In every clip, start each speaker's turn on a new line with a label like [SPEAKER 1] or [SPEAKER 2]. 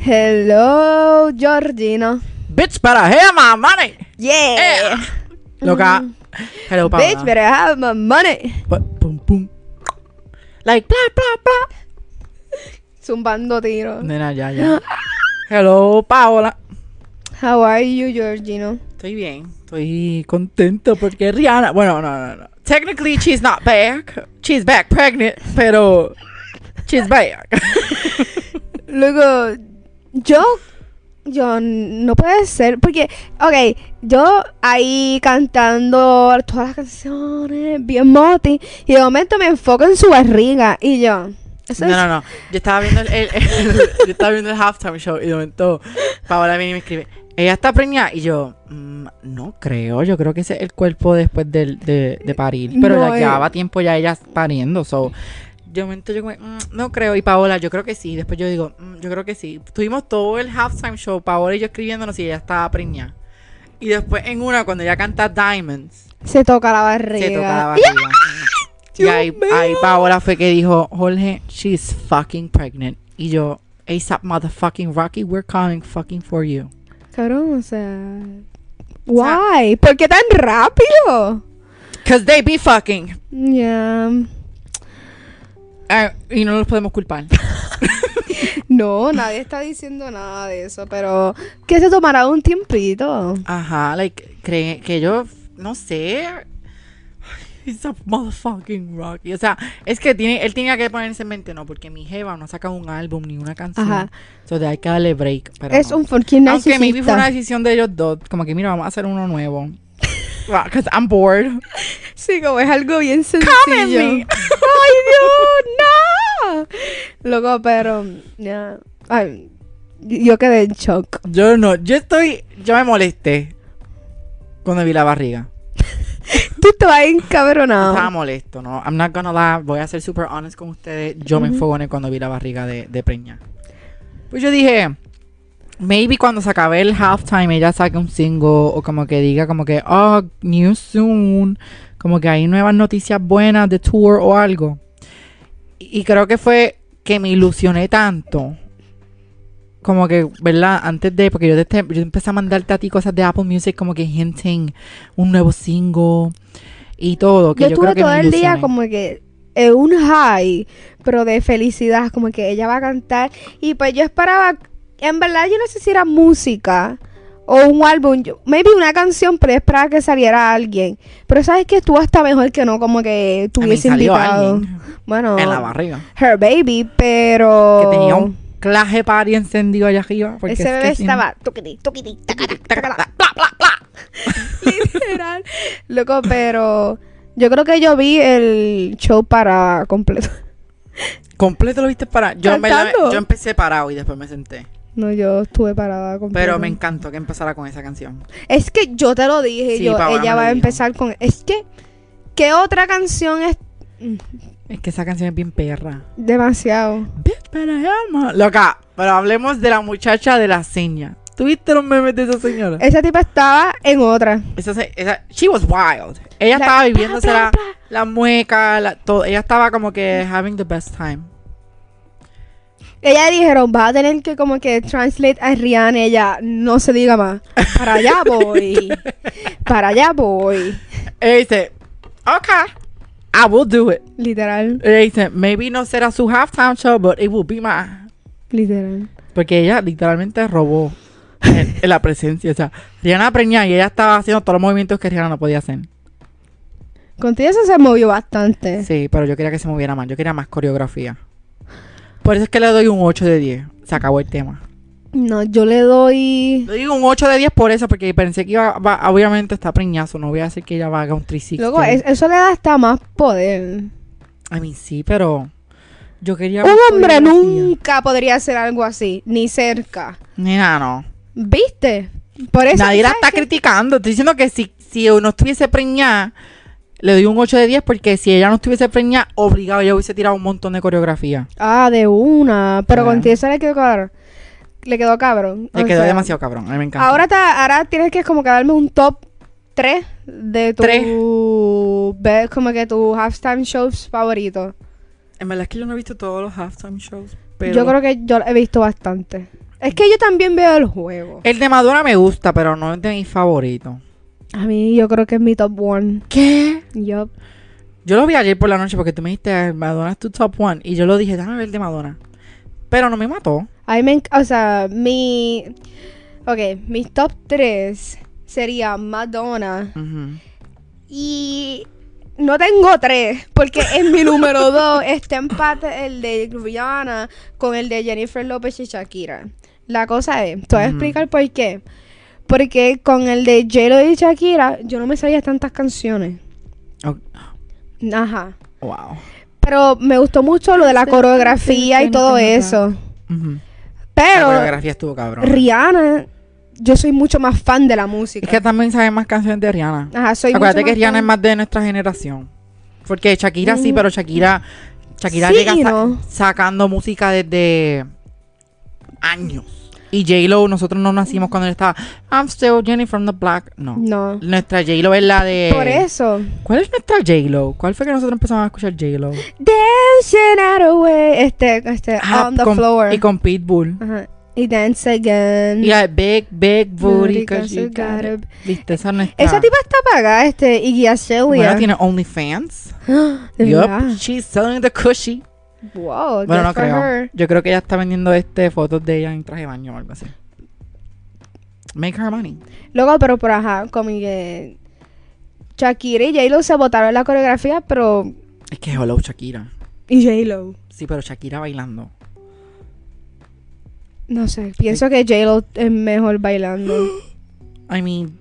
[SPEAKER 1] Hello, Georgina.
[SPEAKER 2] Bitch, better hear my money. Eh.
[SPEAKER 1] Yeah.
[SPEAKER 2] Loca. Hello, Paula.
[SPEAKER 1] Bitch, better have my money.
[SPEAKER 2] Pa- pum, pum. Like, bla, bla, bla.
[SPEAKER 1] Zumbando tiros.
[SPEAKER 2] Nena, ya, ya. Hello, Paola.
[SPEAKER 1] How are you, Georgina?
[SPEAKER 2] Estoy bien. Estoy contento porque Rihanna. Bueno, no, no, no. Technically, she's not back. She's back pregnant, pero. She's back.
[SPEAKER 1] Luego, yo, yo no puede ser, porque, ok, yo ahí cantando todas las canciones, bien moti, y de momento me enfoco en su barriga, y yo, eso
[SPEAKER 2] No,
[SPEAKER 1] es,
[SPEAKER 2] no, no. Yo estaba viendo el, el- el- yo estaba viendo el halftime show y de momento Paola viene y me escribe. Ella está preñada y yo "Mm, no creo, yo creo que ese es el cuerpo después del- de, de parir, pero
[SPEAKER 1] No,
[SPEAKER 2] ya
[SPEAKER 1] eh.
[SPEAKER 2] llevaba tiempo ya ella pariendo, so de momento yo como, "Mm, no creo y Paola, yo creo que sí, después yo digo, "Mm, yo creo que sí. Tuvimos todo el halftime show Paola y yo escribiéndonos y ella estaba preñada. Y después en una cuando ella canta Diamonds,
[SPEAKER 1] se toca la barriga.
[SPEAKER 2] se toca la barriga. Y
[SPEAKER 1] Dios
[SPEAKER 2] ahí,
[SPEAKER 1] mío.
[SPEAKER 2] ahí Paola fue que dijo, Jorge, she's fucking pregnant. Y yo, ASAP motherfucking Rocky, we're coming fucking for you.
[SPEAKER 1] Cabrón, o sea, why? ¿Por qué tan rápido?
[SPEAKER 2] Cause they be fucking.
[SPEAKER 1] Ya,
[SPEAKER 2] Ah, y no los podemos culpar.
[SPEAKER 1] no, nadie está diciendo nada de eso, pero que se tomará un tiempito.
[SPEAKER 2] Ajá, like, creen que yo, no sé. It's a motherfucking Rocky. O sea, es que tiene, él tenía que ponerse en mente, no, porque mi Jeva no saca un álbum ni una canción.
[SPEAKER 1] Ajá.
[SPEAKER 2] Entonces hay que darle break. Pero
[SPEAKER 1] es
[SPEAKER 2] no.
[SPEAKER 1] un fucking
[SPEAKER 2] Aunque maybe fue una
[SPEAKER 1] narcisista.
[SPEAKER 2] decisión de ellos dos. Como que, mira, vamos a hacer uno nuevo. Because I'm bored.
[SPEAKER 1] Sí, como es algo bien sencillo.
[SPEAKER 2] at me.
[SPEAKER 1] ¡Ay, Dios! ¡No! Loco, pero. ya. Ay, yo quedé en shock.
[SPEAKER 2] Yo no, yo estoy. Yo me molesté cuando vi la barriga.
[SPEAKER 1] Tú estabas
[SPEAKER 2] Estaba
[SPEAKER 1] encabronado.
[SPEAKER 2] molesto, ¿no? I'm not gonna lie. Voy a ser super honest con ustedes. Yo me
[SPEAKER 1] Ujú.
[SPEAKER 2] enfogoné cuando vi la barriga de, de Preña. Pues yo dije. Maybe cuando se acabe el halftime ella saque un single o como que diga como que, oh, news soon, como que hay nuevas noticias buenas de tour o algo. Y y creo que fue que me ilusioné tanto. Como que, ¿verdad? Antes de, porque yo, desde- yo empecé a mandarte a ti cosas de Apple Music como que hinting un nuevo single y todo. Que
[SPEAKER 1] Yo
[SPEAKER 2] yo,
[SPEAKER 1] estuve
[SPEAKER 2] creo que
[SPEAKER 1] todo
[SPEAKER 2] me
[SPEAKER 1] el día
[SPEAKER 2] ilusioné.
[SPEAKER 1] como que. En un high, pero de felicidad. Como que ella va a cantar. Y pues yo esperaba. En verdad, yo no sé si era música. O un álbum, yo- maybe una canción, pero yo esperaba que saliera alguien. Pero sabes que estuvo hasta mejor que no, como que
[SPEAKER 2] A mí
[SPEAKER 1] tuviese
[SPEAKER 2] salió
[SPEAKER 1] invitado.
[SPEAKER 2] alguien
[SPEAKER 1] Bueno,
[SPEAKER 2] en la barriga.
[SPEAKER 1] Her Baby, pero.
[SPEAKER 2] Que tenía un claje party encendido allá arriba. Porque
[SPEAKER 1] Oh. Ese
[SPEAKER 2] es que
[SPEAKER 1] bebé
[SPEAKER 2] si no-
[SPEAKER 1] estaba. tuquití, tuquití, tacatá, tacatá, bla, bla, bla. Literal. Loco, pero. Yo creo que yo vi el show para completo.
[SPEAKER 2] Completo lo viste para. Yo, en verdad,
[SPEAKER 1] Cantando.
[SPEAKER 2] yo empecé parado y después me senté.
[SPEAKER 1] No, yo estuve parada completo.
[SPEAKER 2] Pero me encantó que empezara con esa canción.
[SPEAKER 1] Es que yo te lo dije,
[SPEAKER 2] Sí,
[SPEAKER 1] yo,
[SPEAKER 2] Paola me
[SPEAKER 1] ella
[SPEAKER 2] lo
[SPEAKER 1] va a
[SPEAKER 2] dijo.
[SPEAKER 1] empezar con. Es que. ¿Qué otra canción es
[SPEAKER 2] Es que esa canción es bien perra.
[SPEAKER 1] demasiado?
[SPEAKER 2] Bitch, pero llama. Loca, pero hablemos de la muchacha de la seña. ¿Tuviste los memes de esa señora?
[SPEAKER 1] Esa tipa estaba en otra.
[SPEAKER 2] Esa, se- esa, she was wild. Ella
[SPEAKER 1] La-
[SPEAKER 2] estaba viviéndose
[SPEAKER 1] bla,
[SPEAKER 2] la,
[SPEAKER 1] bla,
[SPEAKER 2] la mueca, la- todo. Ella estaba como que having the best time.
[SPEAKER 1] Ella dijeron, va a tener que como que translate a Rihanna, ella no se diga más. Para allá voy. Para allá voy.
[SPEAKER 2] Ella dice, ok, I will do it.
[SPEAKER 1] Literal,
[SPEAKER 2] Ella dice, maybe no será su halftime show, but it will be my.
[SPEAKER 1] literal.
[SPEAKER 2] Porque ella literalmente robó en, en la presencia. O sea, Rihanna preñada y ella estaba haciendo todos los movimientos que Rihanna no podía hacer.
[SPEAKER 1] Contigo eso se movió bastante.
[SPEAKER 2] Sí, pero yo quería que se moviera más. Yo quería más coreografía. Por eso es que le doy un 8 de 10. Se acabó el tema.
[SPEAKER 1] No, yo le doy...
[SPEAKER 2] Le doy un 8 de 10 por eso, porque pensé que iba, va- obviamente está preñazo. No voy a hacer que ella haga un 360.
[SPEAKER 1] Luego, es- eso le da hasta más poder.
[SPEAKER 2] A mí sí, pero yo quería...
[SPEAKER 1] Un
[SPEAKER 2] más
[SPEAKER 1] hombre
[SPEAKER 2] coreografía.
[SPEAKER 1] nunca podría hacer algo así, ni cerca.
[SPEAKER 2] Nena, no.
[SPEAKER 1] ¿Viste? Por eso...
[SPEAKER 2] Nadie la
[SPEAKER 1] ¿sabes
[SPEAKER 2] está
[SPEAKER 1] qué?
[SPEAKER 2] criticando. Estoy diciendo que si, si no estuviese preñada, le doy un 8 de 10 porque si ella no estuviese preñada, obligado ella hubiese tirado un montón de coreografía.
[SPEAKER 1] Ah, de una. Pero
[SPEAKER 2] Claro.
[SPEAKER 1] contigo eso le quedó cabrón. Le quedó cabrón.
[SPEAKER 2] Le
[SPEAKER 1] o
[SPEAKER 2] quedó
[SPEAKER 1] sea,
[SPEAKER 2] demasiado cabrón. A mí me encanta.
[SPEAKER 1] Ahora, te- ahora tienes que como que darme un top 3 de tu
[SPEAKER 2] Tres.
[SPEAKER 1] ve- como que tus halftime shows favoritos.
[SPEAKER 2] En verdad es que yo no he visto todos los halftime shows.
[SPEAKER 1] Yo creo que yo he visto bastante. Es que yo también veo el juego.
[SPEAKER 2] El de Madonna me gusta, pero no es de mis favoritos.
[SPEAKER 1] A mí yo creo que es mi top one.
[SPEAKER 2] ¿Qué?
[SPEAKER 1] Yo,
[SPEAKER 2] Yo lo vi ayer por la noche porque tú me dijiste, Madonna es tu top one. Y yo lo dije, déjame ver el de Madonna. Pero no me mató.
[SPEAKER 1] a mí me enc- o sea, mi... Ok, mis top 3 sería Madonna.
[SPEAKER 2] Ujú.
[SPEAKER 1] Y no tengo tres, porque en mi número dos está empate el de Rihanna con el de Jennifer López y Shakira. La cosa es, te voy a
[SPEAKER 2] Ujú.
[SPEAKER 1] explicar por qué. Porque con el de j y Shakira, yo no me sabía tantas canciones.
[SPEAKER 2] Ok.
[SPEAKER 1] Ajá.
[SPEAKER 2] Wow.
[SPEAKER 1] Pero me gustó mucho lo de la coreografía y todo eso.
[SPEAKER 2] Ujú. La
[SPEAKER 1] Pero
[SPEAKER 2] coreografía estuvo cabrón.
[SPEAKER 1] Rihanna, yo soy mucho más fan de la música.
[SPEAKER 2] Es que también saben más canciones de Rihanna.
[SPEAKER 1] Ajá, soy mucho
[SPEAKER 2] Acuérdate que
[SPEAKER 1] más
[SPEAKER 2] Rihanna
[SPEAKER 1] fan.
[SPEAKER 2] es más de nuestra generación. Porque Shakira sí,
[SPEAKER 1] Mm.
[SPEAKER 2] pero Shakira, Shakira
[SPEAKER 1] Sí
[SPEAKER 2] llega
[SPEAKER 1] y
[SPEAKER 2] sa-
[SPEAKER 1] no.
[SPEAKER 2] sacando música desde años. Y J-Lo, nosotros no nacimos cuando él estaba I'm still Jenny from the Black. No.
[SPEAKER 1] No.
[SPEAKER 2] Nuestra J-Lo es la de.
[SPEAKER 1] Por eso.
[SPEAKER 2] ¿Cuál es nuestra J-Lo? ¿Cuál fue que nosotros empezamos a escuchar J-Lo?
[SPEAKER 1] Dancing out away. Este, este,
[SPEAKER 2] Ah,
[SPEAKER 1] Eh, on the
[SPEAKER 2] con-
[SPEAKER 1] floor.
[SPEAKER 2] Y con Pitbull.
[SPEAKER 1] Ajá. Y dance again.
[SPEAKER 2] Y la de Big, Big Booty.
[SPEAKER 1] Booty
[SPEAKER 2] 'cause
[SPEAKER 1] 'cause
[SPEAKER 2] you
[SPEAKER 1] you
[SPEAKER 2] got
[SPEAKER 1] got
[SPEAKER 2] it. Viste, esa es nuestra.
[SPEAKER 1] Esa tipa está pagada, este, Iggy Azalea.
[SPEAKER 2] Bueno, tiene OnlyFans.
[SPEAKER 1] De
[SPEAKER 2] Yup,
[SPEAKER 1] verdad.
[SPEAKER 2] she's selling the cushy.
[SPEAKER 1] Wow, good
[SPEAKER 2] Bueno, no
[SPEAKER 1] for
[SPEAKER 2] creo.
[SPEAKER 1] her.
[SPEAKER 2] Yo creo que ella está vendiendo este fotos de ella en traje de baño o algo así. Make her money.
[SPEAKER 1] Luego, pero por ajá, como que Shakira y J-Lo se botaron la coreografía, pero...
[SPEAKER 2] Es que hello Shakira.
[SPEAKER 1] Y J-Lo.
[SPEAKER 2] Sí, pero Shakira bailando.
[SPEAKER 1] No sé, pienso que J-Lo es mejor bailando.
[SPEAKER 2] I mean,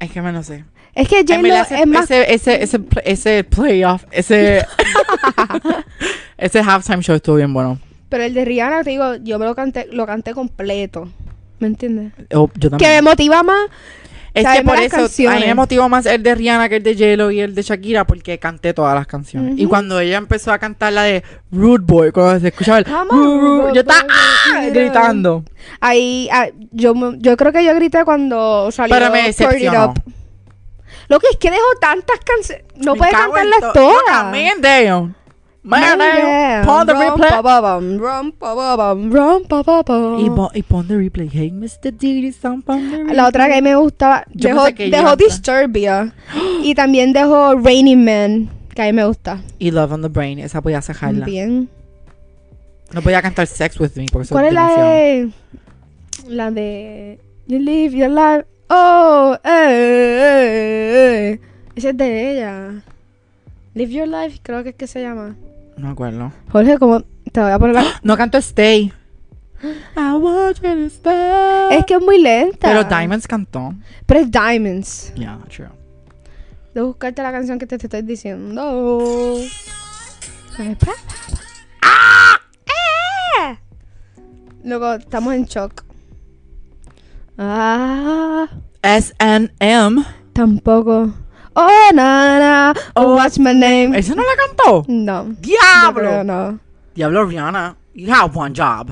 [SPEAKER 2] es que me lo sé.
[SPEAKER 1] es que
[SPEAKER 2] En verdad,
[SPEAKER 1] J-Lo
[SPEAKER 2] ese,
[SPEAKER 1] es más...
[SPEAKER 2] ese, ese, ese, pl- ese playoff, ese, ese halftime show estuvo bien bueno.
[SPEAKER 1] Pero el de Rihanna, te digo, yo me lo canté, lo canté completo. ¿Me entiendes?
[SPEAKER 2] Oh, yo
[SPEAKER 1] Que me
[SPEAKER 2] también.
[SPEAKER 1] motiva más
[SPEAKER 2] Es que
[SPEAKER 1] saben
[SPEAKER 2] por
[SPEAKER 1] las
[SPEAKER 2] eso a mí me
[SPEAKER 1] canciones.
[SPEAKER 2] motivó más el de Rihanna que el de J-Lo y el de Shakira porque canté todas las canciones. Y
[SPEAKER 1] Ujú.
[SPEAKER 2] cuando ella empezó a cantar la de Rude Boy, cuando se escuchaba el
[SPEAKER 1] Come
[SPEAKER 2] "Rude,
[SPEAKER 1] on,
[SPEAKER 2] rude",
[SPEAKER 1] rude
[SPEAKER 2] yo estaba
[SPEAKER 1] boy,
[SPEAKER 2] "Ah",
[SPEAKER 1] rude
[SPEAKER 2] gritando.
[SPEAKER 1] Ahí, ah, yo, me- yo creo que yo grité cuando salió
[SPEAKER 2] Pero me
[SPEAKER 1] Turn It
[SPEAKER 2] decepcionó.
[SPEAKER 1] Up. Lo que es que dejó tantas canciones. No
[SPEAKER 2] Me
[SPEAKER 1] puede
[SPEAKER 2] cago en
[SPEAKER 1] cantarlas
[SPEAKER 2] to-
[SPEAKER 1] todas.
[SPEAKER 2] Man damn.
[SPEAKER 1] Man,
[SPEAKER 2] Man damn.
[SPEAKER 1] yeah.
[SPEAKER 2] Pon the
[SPEAKER 1] Rum,
[SPEAKER 2] replay.
[SPEAKER 1] pa, pa, pam, rum, pa, pa, pam, rum, pa, pa, pam.
[SPEAKER 2] Y, pon- y pon the replay. Hey, Mr. Diddy, son pon the replay.
[SPEAKER 1] La otra que me gustaba.
[SPEAKER 2] Yo
[SPEAKER 1] dejó
[SPEAKER 2] pensé que iba a
[SPEAKER 1] dejó
[SPEAKER 2] entrar.
[SPEAKER 1] Disturbia. y también dejó Raining Man. Que a mí me gusta.
[SPEAKER 2] Y Love on the Brain. Esa podía sacarla.
[SPEAKER 1] Bien.
[SPEAKER 2] No podía cantar Sex With Me porque eso
[SPEAKER 1] ¿Cuál es la
[SPEAKER 2] demasiado.
[SPEAKER 1] de.? La de. You live your life. Oh, eh, eh, eh. Esa es de ella. Live your life, creo que es que se llama.
[SPEAKER 2] No me acuerdo.
[SPEAKER 1] Jorge, ¿cómo te voy a poner la-
[SPEAKER 2] No canto Stay. I want you to stay.
[SPEAKER 1] Es que es muy lenta.
[SPEAKER 2] Pero Diamonds cantó.
[SPEAKER 1] Pero es Diamonds.
[SPEAKER 2] Yeah, true.
[SPEAKER 1] De buscarte la canción que te, te estoy diciendo. Ay, pa. ¡Ah! Luego estamos en shock. Ah.
[SPEAKER 2] S&M.
[SPEAKER 1] Tampoco. Oh, nana. Oh, what's my name?
[SPEAKER 2] ¿Esa no la cantó?
[SPEAKER 1] No. yo creo
[SPEAKER 2] ¡Diablo!
[SPEAKER 1] no.
[SPEAKER 2] Diablo, Rihanna. You have one job.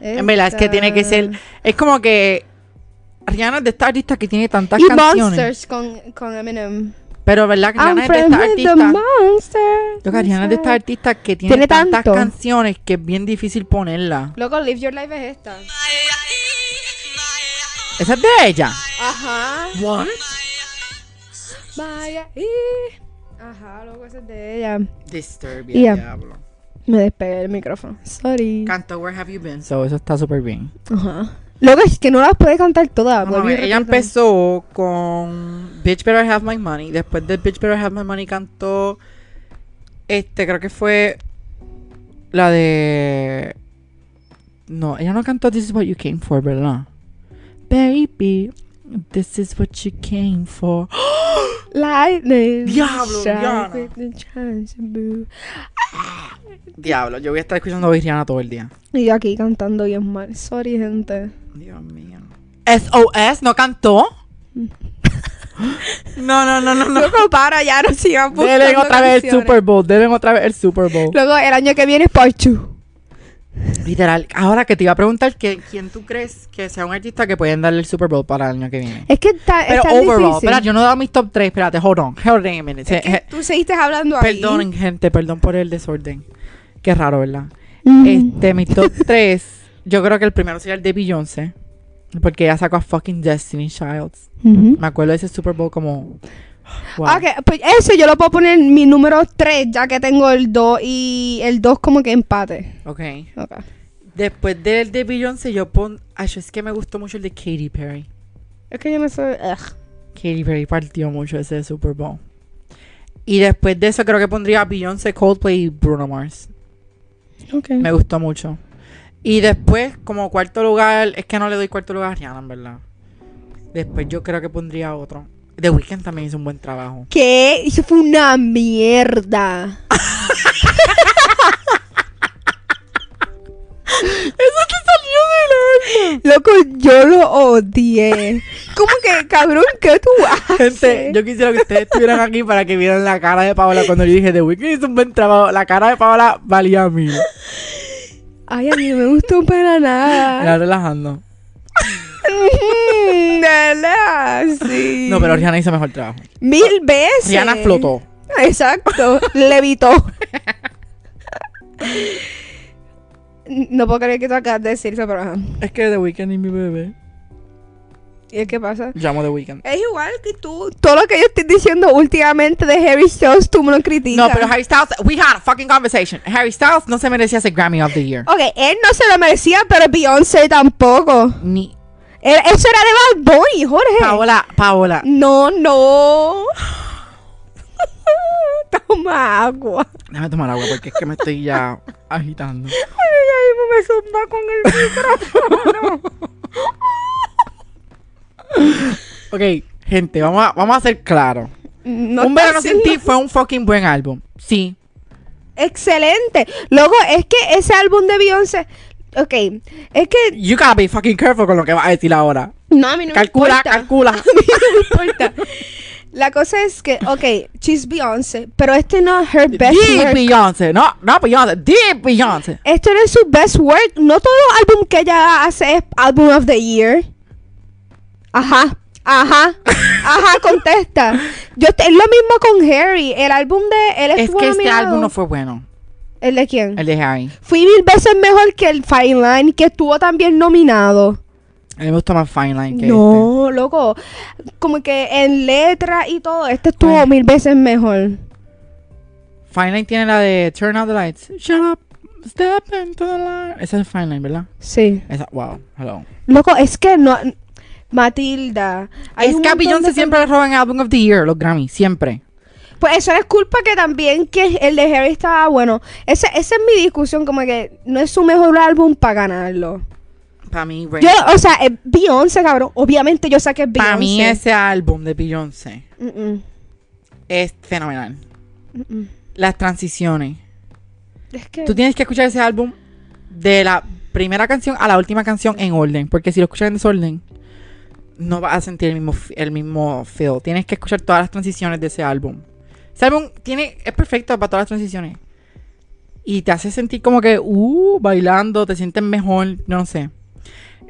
[SPEAKER 2] En verdad, es que
[SPEAKER 1] Esta-
[SPEAKER 2] tiene que ser. Es como que. Rihanna es de esta artista que tiene tantas
[SPEAKER 1] Y
[SPEAKER 2] canciones.
[SPEAKER 1] Monsters con, con Eminem.
[SPEAKER 2] Pero, ¿verdad? Que
[SPEAKER 1] I'm
[SPEAKER 2] Rihanna es de
[SPEAKER 1] friends
[SPEAKER 2] esta
[SPEAKER 1] with the
[SPEAKER 2] artista.
[SPEAKER 1] Monsters.
[SPEAKER 2] Yo creo que Rihanna es de esta artista que tiene,
[SPEAKER 1] Tiene
[SPEAKER 2] tantas
[SPEAKER 1] tanto.
[SPEAKER 2] canciones que es bien difícil ponerla.
[SPEAKER 1] Loco, Live Your Life es esta.
[SPEAKER 2] Esa es de ella.
[SPEAKER 1] Ajá.
[SPEAKER 2] What?
[SPEAKER 1] Vaya. y- Ajá, loco, esa es de ella.
[SPEAKER 2] Disturbia,
[SPEAKER 1] Yeah.
[SPEAKER 2] diablo.
[SPEAKER 1] Me despegué del micrófono. Sorry.
[SPEAKER 2] Canto, where have you been? So, eso está súper bien.
[SPEAKER 1] Ajá. Loco, es que no las puede cantar todas.
[SPEAKER 2] Vamos a
[SPEAKER 1] vuelvo y
[SPEAKER 2] ver, ella
[SPEAKER 1] repito.
[SPEAKER 2] empezó con Bitch Better Have My Money. Después de Bitch Better Have My Money cantó. Este, creo que fue. La de. No, ella no cantó This is what you came for, ¿verdad? Baby, this is what you came for.
[SPEAKER 1] Lightning.
[SPEAKER 2] Diablo,
[SPEAKER 1] strike
[SPEAKER 2] Diana.
[SPEAKER 1] with the chance, boo.
[SPEAKER 2] Diablo, yo voy a estar escuchando a Viriana todo el día.
[SPEAKER 1] Y yo aquí cantando bien mal. Sorry, gente.
[SPEAKER 2] Dios mío. SOS no cantó. no, no, no, no, no.
[SPEAKER 1] Loco, para, ya no sigan
[SPEAKER 2] Deben
[SPEAKER 1] buscando
[SPEAKER 2] otra vez el
[SPEAKER 1] canciones.
[SPEAKER 2] Super Bowl. Deben otra vez el Super Bowl.
[SPEAKER 1] Luego, el año que viene es part two.
[SPEAKER 2] Literal. Ahora que te iba a preguntar que, quién tú crees que sea un artista que pueden darle el Super Bowl para el año que viene.
[SPEAKER 1] Es que está, Eh, es
[SPEAKER 2] Pero
[SPEAKER 1] tan
[SPEAKER 2] overall,
[SPEAKER 1] difícil.
[SPEAKER 2] espera, yo no he dado mis top 3, espérate, hold on, hold on a minute.
[SPEAKER 1] Es que
[SPEAKER 2] Eh, eh,
[SPEAKER 1] tú seguiste hablando ahí.
[SPEAKER 2] Perdonen, gente, perdón por el desorden. Qué raro, ¿verdad?
[SPEAKER 1] Mm.
[SPEAKER 2] Este, mis Este, top 3 Yo creo que el primero sería el de Beyoncé. Porque ella sacó a fucking Destiny Childs.
[SPEAKER 1] Ujú.
[SPEAKER 2] Me acuerdo de ese Super Bowl como. Wow.
[SPEAKER 1] Ok, pues eso yo lo puedo poner en mi número 3, ya que tengo el 2 y el 2 como que empate.
[SPEAKER 2] Ok.
[SPEAKER 1] Ok.
[SPEAKER 2] Después del de Beyoncé, yo pon. Ay, es que me gustó mucho el de Katy Perry.
[SPEAKER 1] Es que yo no soy... ugh.
[SPEAKER 2] Katy Perry partió mucho ese Super Bowl. Y después de eso, creo que pondría a Beyoncé, Coldplay y Bruno Mars.
[SPEAKER 1] Ok.
[SPEAKER 2] Me gustó mucho. Y después, como cuarto lugar, es que no le doy cuarto lugar a Rihanna, en verdad. Después yo creo que pondría otro. The Weeknd también hizo un buen trabajo.
[SPEAKER 1] ¿Qué? Eso fue una mierda. Loco, yo lo odié. ¿Cómo que, cabrón, qué tú haces?
[SPEAKER 2] Gente, yo quisiera que ustedes estuvieran aquí para que vieran la cara de Paola cuando yo dije The Weeknd hizo un buen trabajo. La cara de Paola valía a mí.
[SPEAKER 1] Ay, a mí no me gustó para nada.
[SPEAKER 2] Era relajando.
[SPEAKER 1] Mm, Dale, sí.
[SPEAKER 2] No, pero Rihanna hizo mejor trabajo.
[SPEAKER 1] Mil veces.
[SPEAKER 2] Rihanna flotó.
[SPEAKER 1] Exacto, levitó. No puedo creer que tú acabas de decir eso, pero ajá.
[SPEAKER 2] Es que The Weeknd y mi bebé.
[SPEAKER 1] ¿Y es qué pasa?
[SPEAKER 2] Llamo The Weeknd.
[SPEAKER 1] Es igual que tú. Todo lo que yo estoy diciendo últimamente de Harry Styles, tú me lo criticas.
[SPEAKER 2] No, pero Harry Styles, we had a fucking conversation. Harry Styles no se merecía ese Grammy of the Year.
[SPEAKER 1] Ok, él no se lo merecía, pero Beyoncé tampoco.
[SPEAKER 2] Ni
[SPEAKER 1] Él- eso era de Bad Bunny, Jorge.
[SPEAKER 2] Paola, Paola.
[SPEAKER 1] No, no. Toma agua.
[SPEAKER 2] Déjame tomar agua porque es que me estoy ya agitando.
[SPEAKER 1] Ay, ay, me zumba con el micrófono.
[SPEAKER 2] Ok, gente, vamos a, vamos a ser claros.
[SPEAKER 1] No
[SPEAKER 2] un
[SPEAKER 1] está
[SPEAKER 2] verano sin ti
[SPEAKER 1] haciendo-
[SPEAKER 2] fue un fucking buen álbum. Sí.
[SPEAKER 1] Excelente. Luego, es que ese álbum de Beyoncé. Ok, es que.
[SPEAKER 2] You gotta be fucking careful con lo que vas a decir ahora.
[SPEAKER 1] No, a mí no
[SPEAKER 2] calcula,
[SPEAKER 1] me importa.
[SPEAKER 2] calcula.
[SPEAKER 1] A mí no me importa. La cosa es que, ok, she's Beyoncé, pero este no es her best
[SPEAKER 2] Deep
[SPEAKER 1] work.
[SPEAKER 2] Beyoncé. No, no Beyoncé. Deep Beyoncé.
[SPEAKER 1] Este no es su best work. No todo álbum que ella hace es álbum of the year. Ajá, ajá, ajá, contesta. Yo te- es lo mismo con Harry. El álbum de él
[SPEAKER 2] Es
[SPEAKER 1] estuvo
[SPEAKER 2] que este
[SPEAKER 1] nominado.
[SPEAKER 2] álbum no fue bueno.
[SPEAKER 1] ¿El de quién?
[SPEAKER 2] El de Harry.
[SPEAKER 1] Fui mil veces mejor que el Fine Line, que estuvo también nominado.
[SPEAKER 2] A mí me gustó más Fine Line que este.
[SPEAKER 1] No, loco. Como que en letra y todo, este estuvo
[SPEAKER 2] Ay.
[SPEAKER 1] mil veces mejor.
[SPEAKER 2] este. Fine Line tiene la de Turn Out the Lights. Shut up. Step into the light. Esa es Fine Line, ¿verdad?
[SPEAKER 1] Sí.
[SPEAKER 2] Esa, wow. Hello.
[SPEAKER 1] Loco, es que no. Matilda. hay
[SPEAKER 2] es
[SPEAKER 1] un
[SPEAKER 2] que a
[SPEAKER 1] montón
[SPEAKER 2] Beyoncé
[SPEAKER 1] de-
[SPEAKER 2] siempre le roban Album of the Year, los Grammy. Siempre.
[SPEAKER 1] Pues eso es culpa que también que el de Harry estaba bueno. Ese, esa es mi discusión, como que no es su mejor álbum para ganarlo.
[SPEAKER 2] Para mí,
[SPEAKER 1] Yo, o sea, es Beyoncé, cabrón. Obviamente yo saqué Beyoncé. Mm,
[SPEAKER 2] Para mí ese álbum de Beyoncé
[SPEAKER 1] Mm-mm,
[SPEAKER 2] es fenomenal.
[SPEAKER 1] mm-mm.
[SPEAKER 2] Las transiciones.
[SPEAKER 1] Es que.
[SPEAKER 2] Tú tienes que escuchar ese álbum de la primera canción a la última canción en orden, porque si lo escuchas en desorden no vas a sentir el mismo f- el mismo feel. Tienes que escuchar todas las transiciones de ese álbum. Ese álbum tiene es perfecto para todas las transiciones. Y te hace sentir como que, uh, bailando, te sientes mejor, no sé.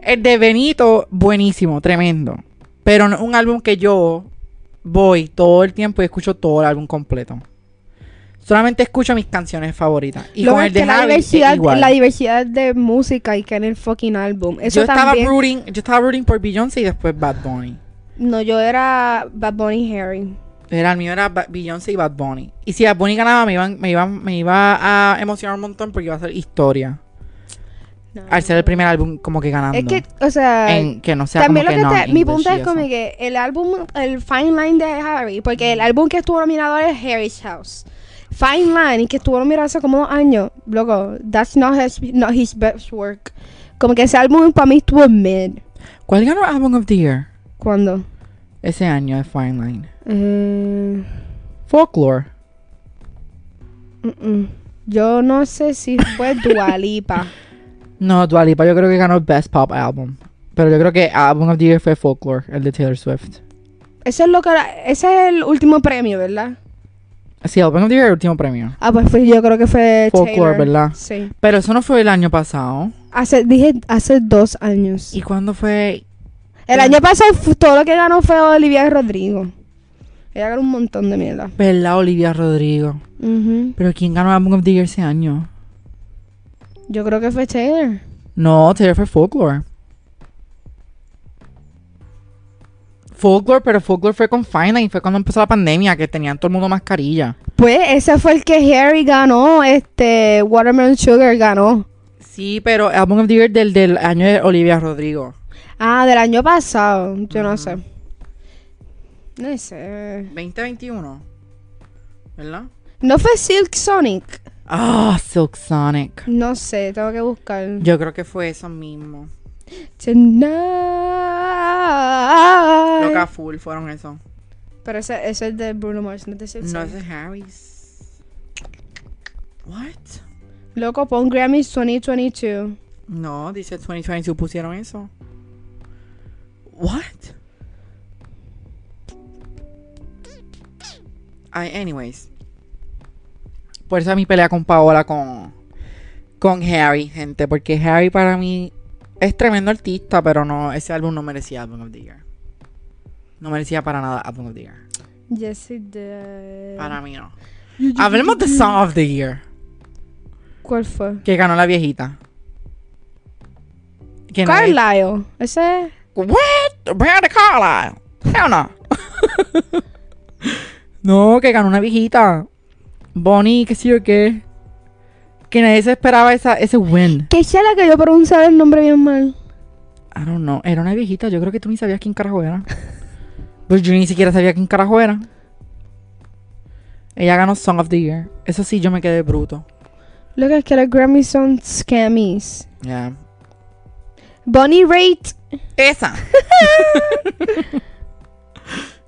[SPEAKER 2] El de Benito, buenísimo, tremendo. Pero no es un álbum que yo voy todo el tiempo y escucho todo el álbum completo. Solamente escucho mis canciones favoritas. Y
[SPEAKER 1] Lo
[SPEAKER 2] con
[SPEAKER 1] es
[SPEAKER 2] el de
[SPEAKER 1] que la
[SPEAKER 2] Harry es
[SPEAKER 1] diversidad,
[SPEAKER 2] igual.
[SPEAKER 1] la diversidad de música y que en el fucking álbum. Eso
[SPEAKER 2] yo, estaba
[SPEAKER 1] también.
[SPEAKER 2] rooting, yo estaba rooting por Beyoncé y después Bad Bunny.
[SPEAKER 1] No, yo era Bad Bunny Harry.
[SPEAKER 2] Era el mío era Ba- Beyoncé y Bad Bunny. Y si Bad Bunny ganaba, me, iban, me, iban, me iba a emocionar un montón porque iba a ser historia.
[SPEAKER 1] No.
[SPEAKER 2] Al ser el primer álbum como que ganando.
[SPEAKER 1] Es que, o sea,
[SPEAKER 2] en, que no sea
[SPEAKER 1] también lo
[SPEAKER 2] como
[SPEAKER 1] que
[SPEAKER 2] que,
[SPEAKER 1] te- mi
[SPEAKER 2] non-English
[SPEAKER 1] punto
[SPEAKER 2] y
[SPEAKER 1] es como
[SPEAKER 2] eso.
[SPEAKER 1] que el álbum, el Fine Line de Harry, porque el álbum que estuvo nominado es Harry's House. Fine Line, que estuvo nominado hace como dos años, loco, that's not his, not his best work. Como que ese álbum para mí estuvo mid.
[SPEAKER 2] ¿Cuál ganó Album of the Year
[SPEAKER 1] ¿Cuándo?
[SPEAKER 2] ese año de Fine Line?
[SPEAKER 1] Eh,
[SPEAKER 2] Folklore.
[SPEAKER 1] mm, mm. Yo no sé si fue Dualipa.
[SPEAKER 2] No, Dua Lipa yo creo que ganó Best Pop Album. Pero yo creo que Album of the Year fue Folklore, el de Taylor Swift.
[SPEAKER 1] Eso es lo que era- ese es el último premio, ¿verdad?
[SPEAKER 2] Sí, Album of the Year, el último premio.
[SPEAKER 1] Ah, pues fue- yo creo que fue
[SPEAKER 2] Folklore,
[SPEAKER 1] Taylor.
[SPEAKER 2] ¿verdad?
[SPEAKER 1] Sí.
[SPEAKER 2] Pero eso no fue el año pasado.
[SPEAKER 1] Hace, dije hace dos años.
[SPEAKER 2] ¿Y cuándo fue?
[SPEAKER 1] El año pasado fu- todo lo que ganó fue Olivia Rodrigo. Ella ganó un montón de mierda.
[SPEAKER 2] ¿Verdad, Olivia Rodrigo?
[SPEAKER 1] Ujú.
[SPEAKER 2] ¿Pero quién ganó Album of the Year ese año?
[SPEAKER 1] Yo creo que fue Taylor.
[SPEAKER 2] No, Taylor fue Folklore. Folklore, pero Folklore fue con Finite. Fue cuando empezó la pandemia, que tenían todo el mundo mascarilla.
[SPEAKER 1] Pues ese fue el que Harry ganó, este Watermelon Sugar ganó.
[SPEAKER 2] Sí, pero Album of the Year del, del año de Olivia Rodrigo.
[SPEAKER 1] Ah, del año pasado, yo no sé. No sé.
[SPEAKER 2] 2021. ¿Verdad?
[SPEAKER 1] ¿No fue Silk Sonic?
[SPEAKER 2] Ah, Silk Sonic.
[SPEAKER 1] No sé, tengo que buscar.
[SPEAKER 2] Yo creo que fue eso mismo.
[SPEAKER 1] Tonight.
[SPEAKER 2] Loca full fueron eso.
[SPEAKER 1] Pero ese, ese es de Bruno Mars, no es de Silk
[SPEAKER 2] No
[SPEAKER 1] Sonic.
[SPEAKER 2] ese es Harry's. What?
[SPEAKER 1] Loco, pon Grammys 2022.
[SPEAKER 2] No, dice 2022 pusieron eso. What? Ay, anyways. Por eso mi pelea con Paola con con Harry, gente, porque Harry para mí es tremendo artista, pero no ese álbum no merecía Album of the Year. No merecía para nada Album of the Year.
[SPEAKER 1] Yes, it did.
[SPEAKER 2] Para mí no. Hablemos de Song of the Year,
[SPEAKER 1] ¿Cuál fue?
[SPEAKER 2] que ganó la viejita. Que nadie-
[SPEAKER 1] Carlisle. Ese es.
[SPEAKER 2] What? Brandy Carlisle. Hell no. no, que ganó una viejita. Bonnie, qué sé yo qué. Que nadie se esperaba esa, ese win.
[SPEAKER 1] Que es la que yo pronunciaba el nombre bien mal.
[SPEAKER 2] I don't know. Era una viejita. Yo creo que tú ni sabías quién carajo era. Pues yo ni siquiera sabía quién carajo era. Ella ganó Song of the Year. Eso sí, yo me quedé bruto.
[SPEAKER 1] Lo que es que los Grammys son scammies.
[SPEAKER 2] Ya.
[SPEAKER 1] Bonnie Raitt.
[SPEAKER 2] Esa.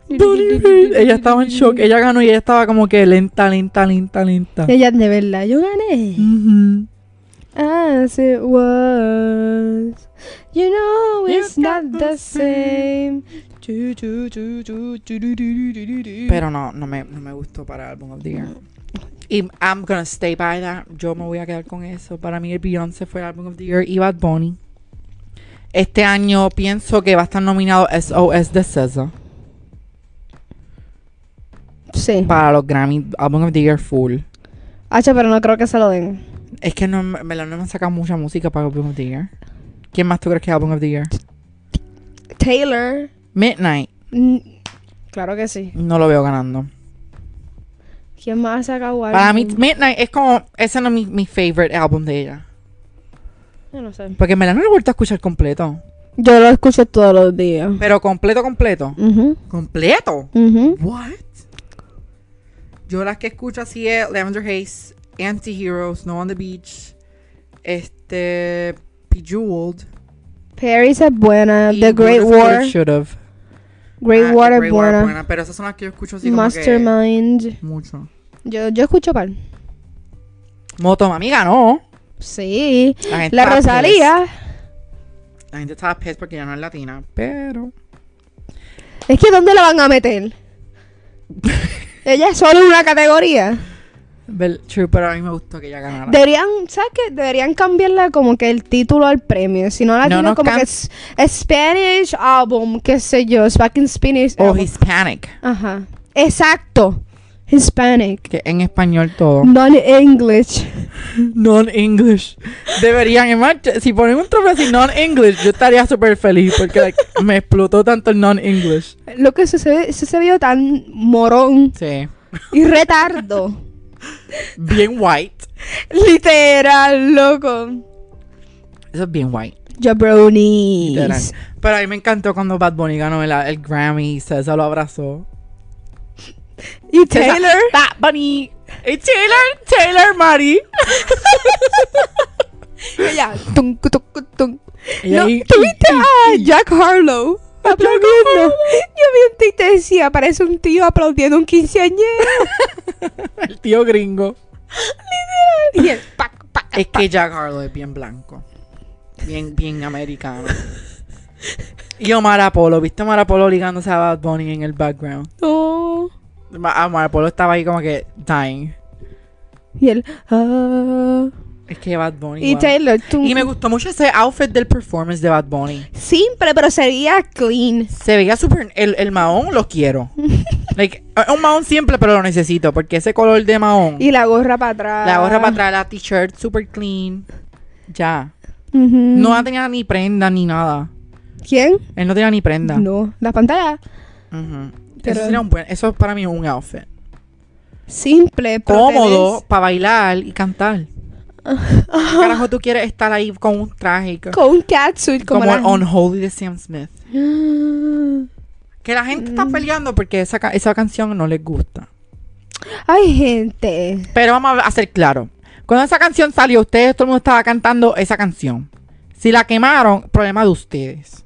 [SPEAKER 2] Bonnie Raitt. Ella estaba en shock. Ella ganó y ella estaba como que lenta, lenta, lenta, lenta.
[SPEAKER 1] Ella de verdad, yo gané.
[SPEAKER 2] Ujú.
[SPEAKER 1] As it was. You know
[SPEAKER 2] You
[SPEAKER 1] it's not
[SPEAKER 2] got
[SPEAKER 1] the
[SPEAKER 2] the
[SPEAKER 1] same.
[SPEAKER 2] Pero no, no me, no me gustó para Album of the Year. Y I'm gonna stay by that. Yo me voy a quedar con eso. Para mí el Beyoncé fue el Album of the Year y Bad Bunny. Este año pienso que va a estar nominado SOS de SZA
[SPEAKER 1] Sí.
[SPEAKER 2] para los Grammy Album of the Year full.
[SPEAKER 1] Hacha, pero no creo que se lo den.
[SPEAKER 2] Es que no, me la, no me han sacado mucha música para Album of the Year. ¿Quién más tú crees que es Album of the Year?
[SPEAKER 1] Taylor.
[SPEAKER 2] Midnight.
[SPEAKER 1] mm, Claro que sí.
[SPEAKER 2] No lo veo ganando.
[SPEAKER 1] ¿Quién más ha sacado algo?
[SPEAKER 2] Para mí Midnight es como... Ese no es mi, mi favorite álbum de ella.
[SPEAKER 1] Yo no sé.
[SPEAKER 2] Porque me la no lo he vuelto a escuchar completo.
[SPEAKER 1] Yo lo escucho todos los días.
[SPEAKER 2] Pero completo, completo.
[SPEAKER 1] Mhm.
[SPEAKER 2] ¿Completo?
[SPEAKER 1] Mhm.
[SPEAKER 2] What? Yo las que escucho así es Lavender Haze, Anti-Hero, Snow on the Beach, este, Bejeweled.
[SPEAKER 1] Paris es buena.
[SPEAKER 2] y
[SPEAKER 1] The Great
[SPEAKER 2] Beautiful
[SPEAKER 1] War.
[SPEAKER 2] It Should Have.
[SPEAKER 1] Great
[SPEAKER 2] Ah,
[SPEAKER 1] War es
[SPEAKER 2] Great
[SPEAKER 1] buena.
[SPEAKER 2] Pero esas son las que yo escucho así como que
[SPEAKER 1] Mastermind.
[SPEAKER 2] mucho.
[SPEAKER 1] Yo, yo escucho pal.
[SPEAKER 2] Moto Mami ganó.
[SPEAKER 1] Sí.
[SPEAKER 2] La, gente
[SPEAKER 1] La
[SPEAKER 2] estaba pissed.
[SPEAKER 1] Rosalía.
[SPEAKER 2] La gente estaba pissed porque ya no es latina, pero...
[SPEAKER 1] Es que ¿dónde la van a meter? Ella es solo una categoría.
[SPEAKER 2] Bel- True, pero a mí me gustó que ella ganara.
[SPEAKER 1] Deberían, ¿sabes qué? Deberían cambiarle como que el título al premio. Si no la
[SPEAKER 2] No,
[SPEAKER 1] tienen
[SPEAKER 2] no
[SPEAKER 1] como
[SPEAKER 2] cam-
[SPEAKER 1] que es Spanish Album, qué sé yo, Back in Spanish.
[SPEAKER 2] o
[SPEAKER 1] album.
[SPEAKER 2] Hispanic,
[SPEAKER 1] Ajá. Exacto. Hispanic.
[SPEAKER 2] que en español todo.
[SPEAKER 1] Non-English.
[SPEAKER 2] Non-English. Deberían, es más, si ponen un trozo así non-English, yo estaría súper feliz porque like, me explotó tanto el non-English.
[SPEAKER 1] Lo que se, se, se, se vio tan morón
[SPEAKER 2] Sí.
[SPEAKER 1] y retardo.
[SPEAKER 2] Bien white.
[SPEAKER 1] Literal, loco.
[SPEAKER 2] Eso es bien white.
[SPEAKER 1] Jabronis.
[SPEAKER 2] literal. Pero a mí me encantó cuando Bad Bunny ganó el, el Grammy y César lo abrazó.
[SPEAKER 1] Y
[SPEAKER 2] César,
[SPEAKER 1] Taylor.
[SPEAKER 2] Bad Bunny. Y Eh, Taylor, Taylor, Mari.
[SPEAKER 1] Ella, tum, cu, tum, cu, tum.
[SPEAKER 2] Y
[SPEAKER 1] no,
[SPEAKER 2] ahí-
[SPEAKER 1] ¿tuviste a Jack Harlow? Aplaudiendo. Yo vi un tuit que decía, parece un tío aplaudiendo un quinceañero.
[SPEAKER 2] El tío gringo.
[SPEAKER 1] Y él, pac, pac.
[SPEAKER 2] Es que Jack Harlow es bien blanco. Bien, bien americano. Y Omar Apolo. ¿Viste a Omar Apolo ligándose a Bad Bunny en el background?
[SPEAKER 1] No.
[SPEAKER 2] Ma- ah, Omar Polo estaba ahí como que dying.
[SPEAKER 1] Y él, ah.
[SPEAKER 2] Es que Bad Bunny.
[SPEAKER 1] Y
[SPEAKER 2] wow.
[SPEAKER 1] Taylor, tú.
[SPEAKER 2] Y me gustó mucho ese outfit del performance de Bad Bunny.
[SPEAKER 1] Simple, pero sería clean.
[SPEAKER 2] Se veía súper. El, el mahón lo quiero. like, eh, un mahón siempre, pero lo necesito. Porque ese color de mahón.
[SPEAKER 1] Y la gorra para atrás.
[SPEAKER 2] la gorra para atrás, la t-shirt súper clean. Ya.
[SPEAKER 1] Ujú.
[SPEAKER 2] No tenía ni prenda ni nada.
[SPEAKER 1] ¿Quién?
[SPEAKER 2] Él no tenía ni prenda.
[SPEAKER 1] No. La pantalla.
[SPEAKER 2] Ujú.
[SPEAKER 1] Pero-
[SPEAKER 2] Eso, sería un buen- eso para mí es un outfit.
[SPEAKER 1] Simple, pero
[SPEAKER 2] Cómodo para bailar y cantar. ¿Qué carajo tú quieres estar ahí con un traje?
[SPEAKER 1] tenés- Con un catsuit como,
[SPEAKER 2] como el
[SPEAKER 1] la-
[SPEAKER 2] Unholy de Sam Smith. Que la gente
[SPEAKER 1] Mm.
[SPEAKER 2] está peleando porque esa, ca- esa canción no les gusta.
[SPEAKER 1] Ay, gente.
[SPEAKER 2] Pero vamos a hacer claro. Cuando esa canción salió, ustedes, todo el mundo estaba cantando esa canción. Si la quemaron, problema de ustedes.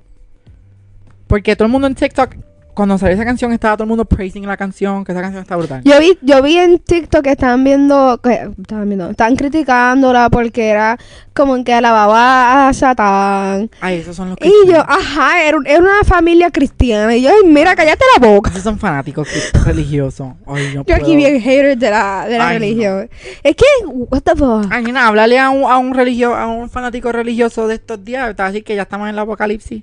[SPEAKER 2] Porque todo el mundo en TikTok, cuando salió esa canción, estaba todo el mundo praising la canción, que esa canción está brutal.
[SPEAKER 1] Yo vi, yo vi en TikTok que estaban viendo, que estaban viendo, estaban criticándola porque era como que alababa a Satán.
[SPEAKER 2] Ay, esos son los que...
[SPEAKER 1] Y yo, ajá, era, un- era una familia cristiana. Y yo, ay, mira, cállate la boca.
[SPEAKER 2] Esos son fanáticos que- religiosos. Ay, no
[SPEAKER 1] Yo
[SPEAKER 2] puedo.
[SPEAKER 1] aquí bien hater de la, de la
[SPEAKER 2] Ay, no.
[SPEAKER 1] religión. Es que, what the fuck.
[SPEAKER 2] Ay, Ah, nena, háblale a un, a un religio- a un fanático religioso de estos días, te va a decir que ya estamos en el apocalipsis.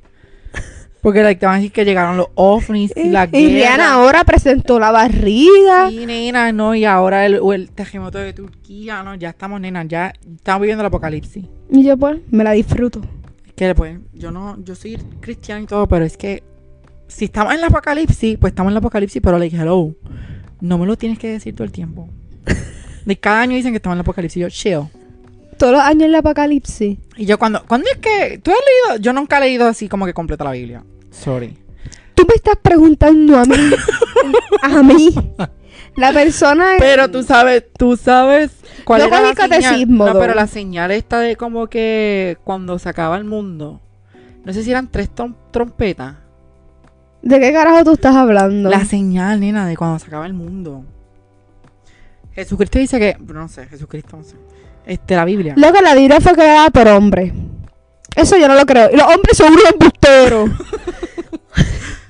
[SPEAKER 2] Porque like, te van a decir que llegaron los ovnis y la
[SPEAKER 1] y Rihanna
[SPEAKER 2] guerra.
[SPEAKER 1] ahora presentó la barriga.
[SPEAKER 2] Sí, nena, no, y ahora el, o el terremoto de Turquía, no, ya estamos, nena, ya estamos viviendo el apocalipsis.
[SPEAKER 1] Y yo, pues, me la disfruto.
[SPEAKER 2] Que pues, yo no, yo soy cristiano y todo, pero es que si estamos en el apocalipsis, pues estamos en el apocalipsis, pero like, hello, no me lo tienes que decir todo el tiempo. De cada año dicen que estamos en el apocalipsis, yo chill.
[SPEAKER 1] Todos los años el apocalipsis.
[SPEAKER 2] Y yo cuando, ¿cuándo es que tú has leído? Yo nunca he leído así como que completa la Biblia. Sorry.
[SPEAKER 1] Tú me estás preguntando a mí. a mí. La persona.
[SPEAKER 2] Pero tú sabes, tú sabes cuál
[SPEAKER 1] Yo
[SPEAKER 2] era la
[SPEAKER 1] cogí
[SPEAKER 2] señal.
[SPEAKER 1] catecismo,
[SPEAKER 2] No, pero
[SPEAKER 1] though.
[SPEAKER 2] la señal esta de como que cuando se acaba el mundo. No sé si eran tres trom- trompetas.
[SPEAKER 1] ¿De qué carajo tú estás hablando?
[SPEAKER 2] La señal, nena, de cuando se acaba el mundo. Jesucristo dice que, no sé, Jesucristo, no sé. Este, la Biblia.
[SPEAKER 1] Lo que la diré fue creada por hombre. Eso yo no lo creo. Y los hombres son unos embusteros.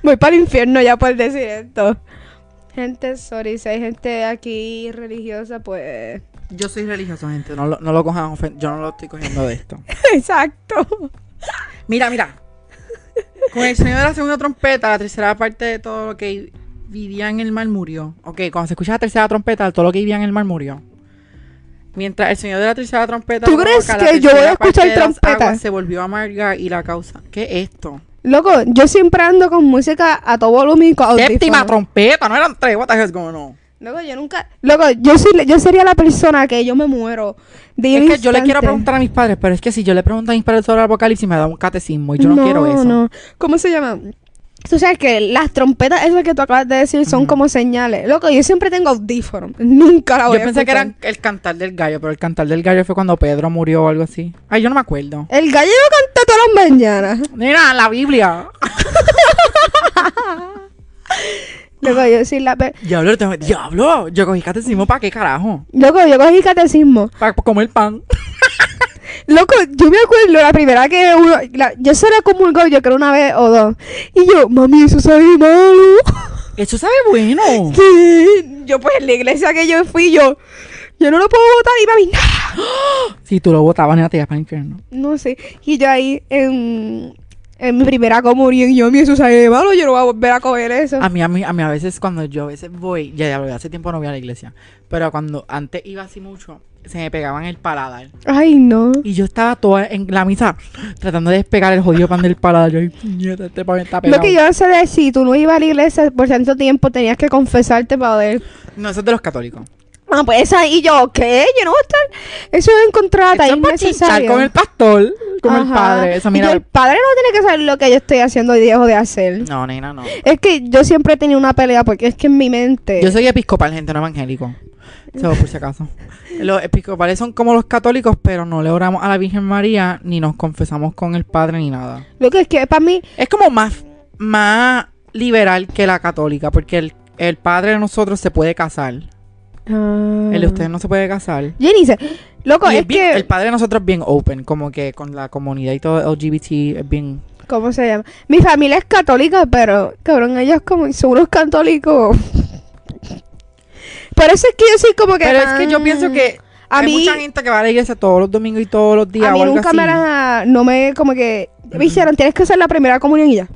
[SPEAKER 1] Voy para el infierno ya por decir esto. Gente, sorry, si hay gente aquí religiosa, pues.
[SPEAKER 2] Yo soy religioso, gente. No lo, no lo cojan ofen- Yo no lo estoy cogiendo de esto.
[SPEAKER 1] Exacto.
[SPEAKER 2] Mira, mira. Con el sonido de la segunda trompeta, la tercera parte de todo lo que vivía en el mar murió. Ok, cuando se escucha la tercera trompeta, todo lo que vivía en el mar murió. Mientras el sonido de la tercera trompeta.
[SPEAKER 1] ¿Tú
[SPEAKER 2] provoca,
[SPEAKER 1] crees
[SPEAKER 2] la
[SPEAKER 1] que yo
[SPEAKER 2] tercera
[SPEAKER 1] voy a
[SPEAKER 2] parte
[SPEAKER 1] escuchar
[SPEAKER 2] de las
[SPEAKER 1] trompeta?
[SPEAKER 2] aguas Se volvió amarga y la causa. ¿Qué es esto?
[SPEAKER 1] Loco, yo siempre ando con música a todo volumen y con
[SPEAKER 2] Séptima
[SPEAKER 1] audífonos.
[SPEAKER 2] trompeta, no eran tres. What the hell is going on?
[SPEAKER 1] Loco, yo nunca. Loco, yo, soy, yo sería la persona que yo me muero. De
[SPEAKER 2] Es
[SPEAKER 1] un
[SPEAKER 2] que yo le quiero
[SPEAKER 1] instante.
[SPEAKER 2] preguntar a mis padres, pero es que si yo le pregunto a mis padres sobre el apocalipsis, me da un catecismo y yo no, quiero eso.
[SPEAKER 1] no. ¿Cómo se llama? Tú sabes que las trompetas, esas que tú acabas de decir, son
[SPEAKER 2] Ujú.
[SPEAKER 1] como señales. Loco, yo siempre tengo audífono. Nunca la voy
[SPEAKER 2] Yo
[SPEAKER 1] a
[SPEAKER 2] pensé que
[SPEAKER 1] escuchar.
[SPEAKER 2] era el cantar del gallo, pero el cantar del gallo fue cuando Pedro murió o algo así. Ay, yo no me acuerdo.
[SPEAKER 1] El gallo lo canta todas las mañanas.
[SPEAKER 2] Mira, la Biblia.
[SPEAKER 1] Loco, yo soy la. pe-
[SPEAKER 2] Diablo, yo tengo- diablo. Yo cogí catecismo para qué carajo.
[SPEAKER 1] Loco, yo cogí catecismo.
[SPEAKER 2] Para comer pan.
[SPEAKER 1] Loco, yo me acuerdo la primera que uno. la- yo se lo comulgó, yo creo una vez o dos. Y yo, mami, eso sabe malo.
[SPEAKER 2] Eso sabe bueno.
[SPEAKER 1] ¿Qué? Yo, pues, en la iglesia que yo fui, yo. Yo no lo puedo votar y mami, ¡ah!
[SPEAKER 2] Si tú lo votabas, nena, te ibas para el infierno.
[SPEAKER 1] No sé. Y yo ahí en, en mi primera comunión, yo mi Jesús sabe de malo, yo no voy a volver a coger eso.
[SPEAKER 2] A mí, a mí, a mí, a veces cuando yo a veces voy, ya diablo, ya hace tiempo no voy a la iglesia. Pero cuando antes iba así mucho, se me pegaban el paladar.
[SPEAKER 1] Ay, no.
[SPEAKER 2] Y yo estaba toda en la misa tratando de despegar el jodido pan del paladar. Yo, ay, puñeta, este pan está pegado.
[SPEAKER 1] Lo que yo no sé de si tú no ibas a la iglesia por tanto tiempo, tenías que confesarte para ver.
[SPEAKER 2] No, eso es de los católicos.
[SPEAKER 1] Ah, pues esa y yo, ¿qué? Yo no voy a estar. Eso es encontrar
[SPEAKER 2] Esto
[SPEAKER 1] ahí
[SPEAKER 2] es para chinchar
[SPEAKER 1] innecesario.
[SPEAKER 2] con el pastor, con el
[SPEAKER 1] Ajá.
[SPEAKER 2] padre. Eso,
[SPEAKER 1] Y
[SPEAKER 2] mira.
[SPEAKER 1] yo, el padre no tiene que saber lo que yo estoy haciendo y dejo de hacer.
[SPEAKER 2] No, nena, no.
[SPEAKER 1] Es que yo siempre he tenido una pelea porque es que en mi mente.
[SPEAKER 2] Yo soy episcopal, gente, no evangélico. So, por si acaso. Los episcopales son como los católicos, pero no le oramos a la Virgen María, ni nos confesamos con el Padre, ni nada.
[SPEAKER 1] Lo que es que para mí.
[SPEAKER 2] Es como más, más liberal que la católica, porque el, el Padre de nosotros se puede casar.
[SPEAKER 1] Ah.
[SPEAKER 2] El de ustedes no se puede casar.
[SPEAKER 1] Jenny dice, Mm. loco,
[SPEAKER 2] Y
[SPEAKER 1] es,
[SPEAKER 2] es bien-
[SPEAKER 1] que.
[SPEAKER 2] El Padre de nosotros es bien open, como que con la comunidad y todo LGBT es bien...
[SPEAKER 1] ¿Cómo se llama? Mi familia es católica, pero cabrón, ellos como son unos católicos. Por eso es que yo soy como que.
[SPEAKER 2] Pero es que yo
[SPEAKER 1] ah,
[SPEAKER 2] pienso que
[SPEAKER 1] A
[SPEAKER 2] hay
[SPEAKER 1] mí,
[SPEAKER 2] mucha gente que va a la iglesia todos los domingos y todos los días
[SPEAKER 1] a mí
[SPEAKER 2] o algo
[SPEAKER 1] nunca
[SPEAKER 2] así.
[SPEAKER 1] me la- No me. Como que.
[SPEAKER 2] Ujú.
[SPEAKER 1] Me hicieron, tienes que hacer la primera comunión y ya.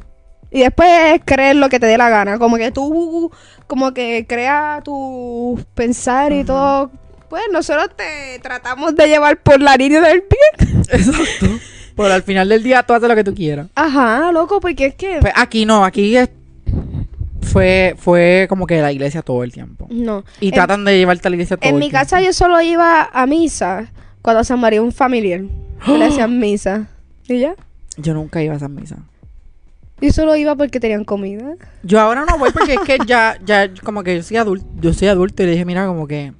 [SPEAKER 1] Y después creer lo que te dé la gana. Como que tú. Como que crea tu pensar y
[SPEAKER 2] Ujú.
[SPEAKER 1] todo. Pues nosotros te tratamos de llevar por la línea del bien.
[SPEAKER 2] Exacto. Pero al final del día tú haces lo que tú quieras.
[SPEAKER 1] Ajá, loco, porque es que.
[SPEAKER 2] Pues aquí no, aquí es- fue, fue como que la iglesia todo el tiempo.
[SPEAKER 1] No.
[SPEAKER 2] Y
[SPEAKER 1] En-
[SPEAKER 2] tratan de llevarte a la iglesia todo
[SPEAKER 1] En
[SPEAKER 2] el
[SPEAKER 1] mi
[SPEAKER 2] tiempo.
[SPEAKER 1] casa yo solo iba a misa cuando se moría un familiar. que Le hacían misa. ¿Y ya?
[SPEAKER 2] Yo nunca iba a esas misas.
[SPEAKER 1] Yo solo iba porque tenían comida.
[SPEAKER 2] Yo ahora no voy porque es que ya, ya, como que yo soy adulto, yo soy adulto y le dije, mira, como que,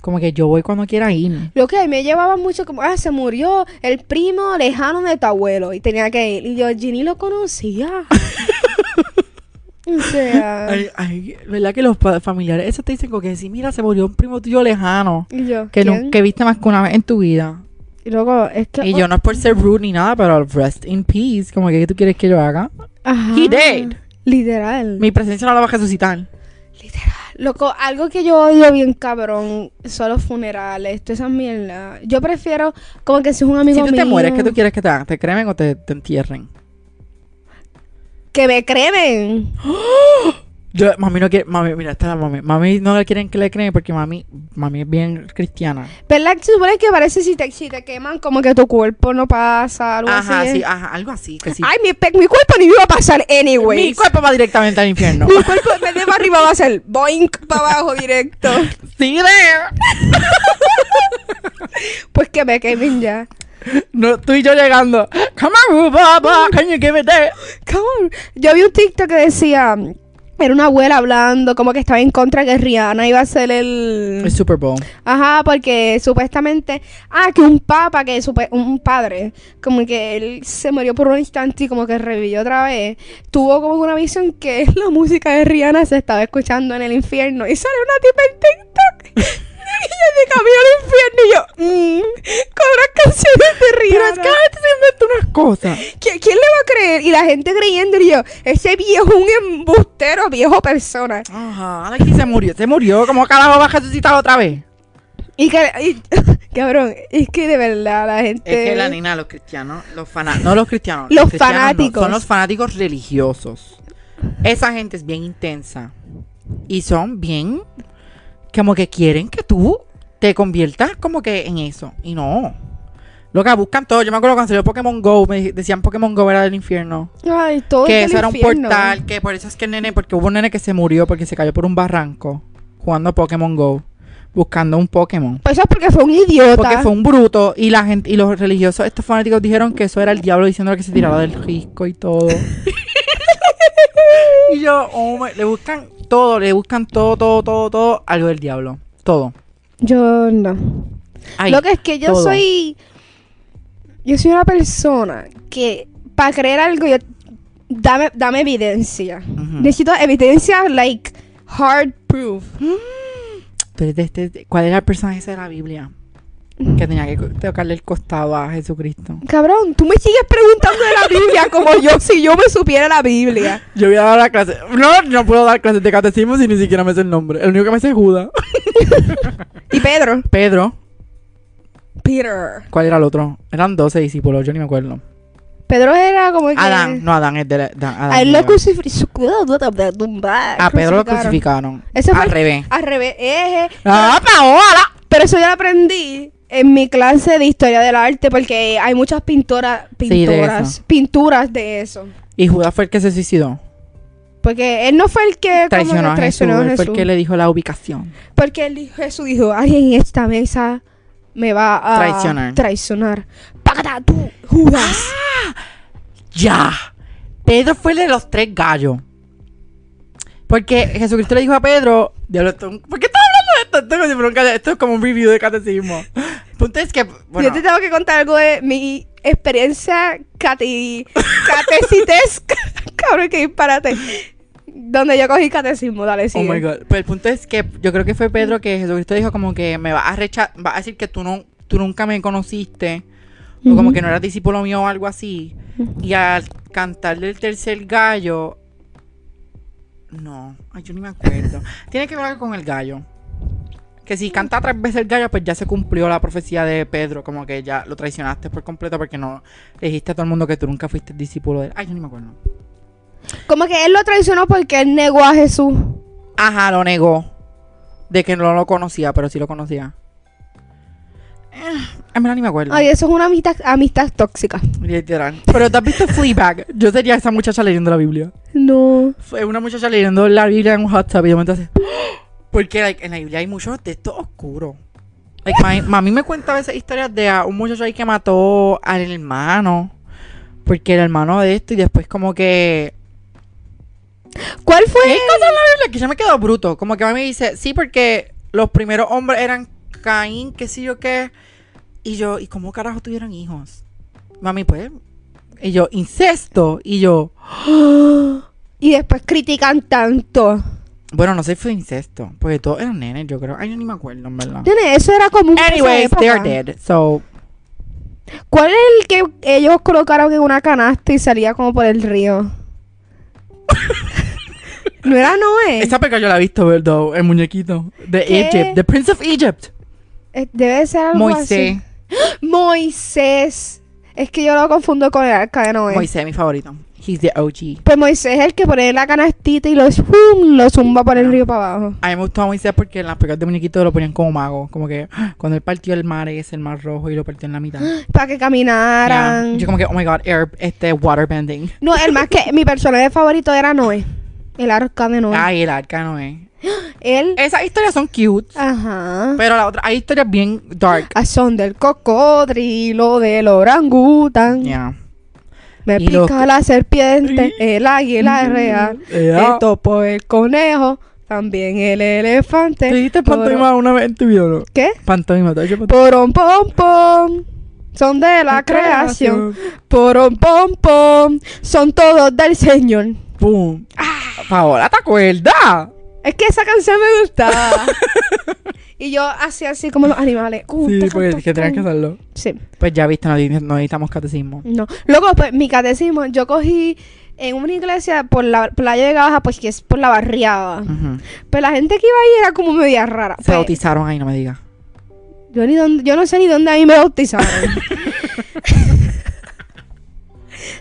[SPEAKER 2] como que yo voy cuando quiera ir.
[SPEAKER 1] Lo que a mí me llevaba mucho como, ah, se murió el primo lejano de tu abuelo y tenía que ir. Y yo, Ginny lo conocía. o sea.
[SPEAKER 2] Ay, ay, ¿verdad que los pa- familiares, eso te dicen como que sí, mira, se murió un primo tuyo lejano,
[SPEAKER 1] Y yo,
[SPEAKER 2] que,
[SPEAKER 1] ¿quién?
[SPEAKER 2] no, que viste más que una vez en tu vida.
[SPEAKER 1] Y luego, es que.
[SPEAKER 2] Y yo no es por ser rude ni nada, pero rest in peace, como que ¿qué tú quieres que yo haga.
[SPEAKER 1] Ajá.
[SPEAKER 2] He dead.
[SPEAKER 1] Literal.
[SPEAKER 2] Mi presencia no la va a resucitar.
[SPEAKER 1] Loco, algo que yo odio bien cabrón son los funerales, todas esas mierdas. Yo prefiero, como que si es un amigo
[SPEAKER 2] Si tú
[SPEAKER 1] mío.
[SPEAKER 2] te mueres, ¿qué tú quieres que te hagan? ¿Te cremen o te, te entierren?
[SPEAKER 1] Que me cremen.
[SPEAKER 2] Yo, mami no quiere, mami, mira, está la mami. Mami no le quieren que le cremen porque mami, mami es bien cristiana.
[SPEAKER 1] ¿Verdad? Se supone que parece si te, si te queman, como que tu cuerpo no pasa, algo
[SPEAKER 2] Ajá,
[SPEAKER 1] así. ¿eh?
[SPEAKER 2] sí, ajá, algo así. Que sí.
[SPEAKER 1] Ay, mi, pe- mi cuerpo ni iba a pasar anyway.
[SPEAKER 2] Mi cuerpo va directamente al infierno.
[SPEAKER 1] Mi cuerpo en vez de para arriba va a ser boink para abajo directo.
[SPEAKER 2] sí, de.
[SPEAKER 1] Pues que me quemen ya.
[SPEAKER 2] No, tú y yo llegando. Come on, Baba, can you give it that?
[SPEAKER 1] Come on. Yo vi un TikTok que decía, era una abuela hablando, como que estaba en contra que Rihanna iba a ser
[SPEAKER 2] El
[SPEAKER 1] el...
[SPEAKER 2] Super Bowl.
[SPEAKER 1] Ajá, porque supuestamente, ah, que un papa, que supe- un padre, como que él se murió por un instante y como que revivió otra vez, tuvo como una visión que la música de Rihanna se estaba escuchando en el infierno y sale una tipa en TikTok. Y yo de camino al infierno y yo, mmm, con las canciones de
[SPEAKER 2] Pero es
[SPEAKER 1] Rihanna.
[SPEAKER 2] que a veces se inventa unas cosas.
[SPEAKER 1] ¿Qui- ¿Quién le va a creer? Y la gente creyendo y yo, ese viejo es un embustero, viejo persona.
[SPEAKER 2] Ajá, Alexi se murió, se murió. ¿Cómo carajo va a resucitar otra vez?
[SPEAKER 1] Y, que, y- cabrón, es que de verdad la gente...
[SPEAKER 2] Es que la nena, los cristianos, los fanáticos, no los cristianos,
[SPEAKER 1] Este, Los
[SPEAKER 2] cristianos no,
[SPEAKER 1] fanáticos.
[SPEAKER 2] son los fanáticos religiosos. Esa gente es bien intensa y son bien, como que quieren que tú te conviertas como que en eso y no. Lo que buscan todo. Yo me acuerdo cuando salió Pokémon Go, me di- decían Pokémon Go era del infierno.
[SPEAKER 1] Ay, todo
[SPEAKER 2] que
[SPEAKER 1] es del
[SPEAKER 2] eso era un
[SPEAKER 1] infierno. ¿eh?
[SPEAKER 2] portal, que por eso es que el nene, porque hubo un nene que se murió porque se cayó por un barranco jugando a Pokémon Go, buscando un Pokémon.
[SPEAKER 1] Pues eso es porque fue un idiota.
[SPEAKER 2] Porque fue un bruto y la gente y los religiosos, estos fanáticos dijeron que eso era el diablo diciéndole que se tiraba del risco y todo. y yo, oh my- le buscan todo, le buscan todo, todo, todo, todo, algo del diablo, todo.
[SPEAKER 1] Yo no.
[SPEAKER 2] Ahí.
[SPEAKER 1] Lo que es que yo
[SPEAKER 2] todo.
[SPEAKER 1] soy... Yo soy una persona que para creer algo, yo... Dame, dame evidencia.
[SPEAKER 2] Ujú.
[SPEAKER 1] Necesito evidencia, like, hard proof.
[SPEAKER 2] Tú eres de este- ¿Cuál era el personaje ese de la Biblia? Que tenía que co- tocarle el costado a Jesucristo.
[SPEAKER 1] Cabrón, tú me sigues preguntando de la Biblia como yo si yo me supiera la Biblia.
[SPEAKER 2] Yo voy a dar la clase. No, no puedo dar clases de catecismo si ni siquiera me sé el nombre. El único que me sé es Judas.
[SPEAKER 1] Y Pedro.
[SPEAKER 2] Pedro.
[SPEAKER 1] Peter.
[SPEAKER 2] ¿Cuál era el otro? Eran 12 discípulos, yo ni me acuerdo.
[SPEAKER 1] Pedro era como que...
[SPEAKER 2] Adán, no Adán, es de la- Dan- Adán
[SPEAKER 1] A él
[SPEAKER 2] era-
[SPEAKER 1] lo crucificaron.
[SPEAKER 2] A Pedro lo crucificaron.
[SPEAKER 1] Ese fue
[SPEAKER 2] Al
[SPEAKER 1] el-
[SPEAKER 2] revés.
[SPEAKER 1] Al revés. eh, Eje.
[SPEAKER 2] ¡Ah, Paola!
[SPEAKER 1] Pero eso yo lo aprendí en mi clase de historia del arte porque hay muchas pintoras,
[SPEAKER 2] Sí, de
[SPEAKER 1] pinturas,
[SPEAKER 2] eso.
[SPEAKER 1] pinturas de eso.
[SPEAKER 2] Y Judas fue el que se suicidó.
[SPEAKER 1] Porque él no fue el que como que
[SPEAKER 2] Traicionó a Jesús.
[SPEAKER 1] traicionó a
[SPEAKER 2] Él fue el
[SPEAKER 1] Jesús.
[SPEAKER 2] que le dijo la ubicación.
[SPEAKER 1] Porque él dijo, Jesús dijo, alguien en esta mesa me va a
[SPEAKER 2] Traicionar. Ah,
[SPEAKER 1] traicionar. Págata tú, Judas.
[SPEAKER 2] ¡Ya! Pedro fue el de los tres gallos. Porque Jesucristo le dijo a Pedro. "Diablo, esto- ¿Por qué estás hablando de esto? Esto es como si fuera un gallo. Esto es como un review de catecismo. El Punto es que. Bueno,
[SPEAKER 1] Yo te tengo que contar algo de mi experiencia cate- catecitesca. Cabrón, que disparate. Donde yo cogí catecismo, dale, sí.
[SPEAKER 2] Oh my god. Pero el punto es que yo creo que fue Pedro que Jesucristo dijo como que me vas a rechazar, vas a decir que tú no, tú nunca me conociste. O como
[SPEAKER 1] Ujú.
[SPEAKER 2] que no eras discípulo mío o algo así. Y al cantarle el tercer gallo. No, ay, yo ni me acuerdo. Tiene que ver algo con el gallo. Que si canta tres veces el gallo, pues ya se cumplió la profecía de Pedro. Como que ya lo traicionaste por completo porque no le dijiste a todo el mundo que tú nunca fuiste discípulo de él. Ay, yo ni me acuerdo.
[SPEAKER 1] Como que él lo traicionó porque él negó a Jesús.
[SPEAKER 2] Ajá, lo negó. De que no lo conocía, pero sí lo conocía. Eh, En verdad ni me acuerdo.
[SPEAKER 1] Ay, eso es una amistad, amistad tóxica.
[SPEAKER 2] Literal. Pero ¿te has visto Fleabag? Yo sería esa muchacha leyendo la Biblia.
[SPEAKER 1] No.
[SPEAKER 2] Fue una muchacha leyendo la Biblia en un hot tub y yo me entonces... ¡Ah! Porque like, en la Biblia hay muchos textos oscuros. Like, ma- mami me cuenta a veces historias de ah, un muchacho ahí que mató al hermano. Porque el hermano de esto y después como que...
[SPEAKER 1] ¿Cuál fue?
[SPEAKER 2] ¿Qué cosa en la Biblia? Que yo me quedo bruto. Como que mami dice, sí, porque los primeros hombres eran Caín, qué sé yo qué. Y yo, ¿y cómo carajo tuvieron hijos? Mami, pues... Y yo, incesto. Y yo,
[SPEAKER 1] Y después critican tanto.
[SPEAKER 2] Bueno, no sé si fue incesto, porque todos eran nenes, yo creo. Ay, yo ni me acuerdo, en verdad.
[SPEAKER 1] Nene, eso era común. en esa
[SPEAKER 2] Anyways,
[SPEAKER 1] época.
[SPEAKER 2] they're dead. So,
[SPEAKER 1] ¿Cuál es el que ellos colocaron en una canasta y salía como por el río? no era Noé.
[SPEAKER 2] esa película yo la he visto, ¿verdad? El muñequito de
[SPEAKER 1] Eh. ¿Qué?
[SPEAKER 2] Egypt, The Prince of Egypt.
[SPEAKER 1] Eh, Debe ser algo
[SPEAKER 2] Moisés.
[SPEAKER 1] así. Moisés. Es que yo lo confundo con el arca de Noé.
[SPEAKER 2] Moisés, mi favorito. He's the OG.
[SPEAKER 1] Pues Moisés es el que pone la canastita y los ¡pum! lo zumba por el río para abajo.
[SPEAKER 2] A mí me gustaba Moisés porque en las películas de muñequito lo ponían como mago. Como que ¡ah! cuando él partió el mar es el mar rojo y lo partió en la mitad.
[SPEAKER 1] Para que caminaran.
[SPEAKER 2] Yeah. Yo como que, oh my god, air, este waterbending.
[SPEAKER 1] No, el más que mi personaje favorito era Noé. El arca de Noé.
[SPEAKER 2] Ay, Eh, el arca no es.
[SPEAKER 1] Él.
[SPEAKER 2] Esas historias son cute,
[SPEAKER 1] Ajá.
[SPEAKER 2] pero la otra, hay historias bien dark.
[SPEAKER 1] A son del cocodrilo, del orangután.
[SPEAKER 2] Yeah.
[SPEAKER 1] Me
[SPEAKER 2] Y
[SPEAKER 1] pica
[SPEAKER 2] los-
[SPEAKER 1] la serpiente, el águila real, el topo, el conejo, también el elefante.
[SPEAKER 2] ¿Te dijiste
[SPEAKER 1] Poro-
[SPEAKER 2] pantomima una vez en tu video, no?
[SPEAKER 1] ¿Qué?
[SPEAKER 2] Pantomima, ¿te has hecho
[SPEAKER 1] Porón
[SPEAKER 2] pantomima?
[SPEAKER 1] pom pom. Son de la creación. Porón pom pom. Son todos del Señor.
[SPEAKER 2] ¡Pum! Ah, Paola, ¿te acuerdas?
[SPEAKER 1] Es que esa canción me gustaba. y yo hacía así como los animales. Uh,
[SPEAKER 2] Sí,
[SPEAKER 1] taca,
[SPEAKER 2] porque es
[SPEAKER 1] taca.
[SPEAKER 2] que tenías que hacerlo.
[SPEAKER 1] Sí.
[SPEAKER 2] Pues ya viste, no, di- no necesitamos catecismo.
[SPEAKER 1] No. Luego, pues, mi catecismo, yo cogí en una iglesia por la playa de Gabaja, pues que es por la barriada.
[SPEAKER 2] Ujú.
[SPEAKER 1] Pero la gente que iba ahí era como media rara.
[SPEAKER 2] Se
[SPEAKER 1] Pues,
[SPEAKER 2] bautizaron ahí, no me digas.
[SPEAKER 1] yo, ni dónde- yo no sé ni dónde a mí me bautizaron.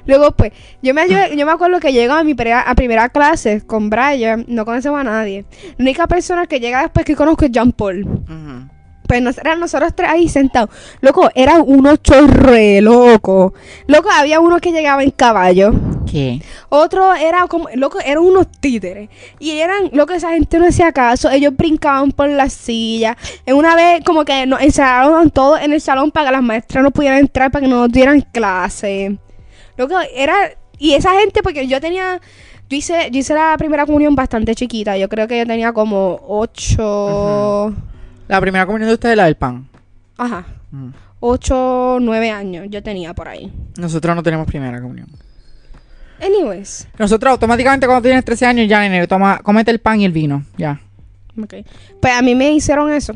[SPEAKER 1] Luego, pues, yo me, ayudé- yo me acuerdo que llego a mi primera, a primera clase con Brian, no conocemos a nadie. La única persona que llega después que conozco es Jean Paul.
[SPEAKER 2] Ujú.
[SPEAKER 1] Pues nos, eran nosotros tres ahí sentados. Loco, eran unos chorre, loco. Loco, había uno que llegaba en caballo.
[SPEAKER 2] ¿Qué?
[SPEAKER 1] Otro era como, loco, eran unos títeres. Y eran, loco, esa gente no hacía caso. Ellos brincaban por las sillas. En una vez, como que nos encerraron todos en el salón para que las maestras no pudieran entrar, para que no nos dieran clase. Loco, era. Y esa gente, porque yo tenía. Yo hice, yo hice la primera comunión bastante chiquita. Yo creo que yo tenía como ocho.
[SPEAKER 2] La primera comunión de ustedes es la del pan.
[SPEAKER 1] Ajá.
[SPEAKER 2] Ujú.
[SPEAKER 1] 8, 9 años yo tenía por ahí.
[SPEAKER 2] Nosotros no tenemos primera comunión.
[SPEAKER 1] Anyways,
[SPEAKER 2] Nosotros automáticamente cuando tienes 13 años ya, nene, toma, comete el pan y el vino. Ya.
[SPEAKER 1] ok. Pues a mí me hicieron eso.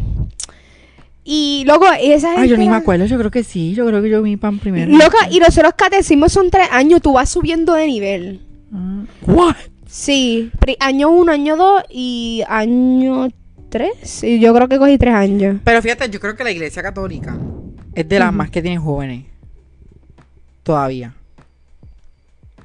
[SPEAKER 1] Y loco, y esa gente.
[SPEAKER 2] Ay, yo ni me
[SPEAKER 1] era-
[SPEAKER 2] acuerdo, yo creo que sí. Yo creo que yo vi pan primero.
[SPEAKER 1] Loca, y nosotros catecismos son 3 años, tú vas subiendo de nivel.
[SPEAKER 2] Ah. What?
[SPEAKER 1] Sí, pri- año 1, año 2 y año 3. Sí, yo creo que cogí 3 años.
[SPEAKER 2] Pero fíjate, yo creo que la iglesia católica es de las más que tienen jóvenes. Todavía.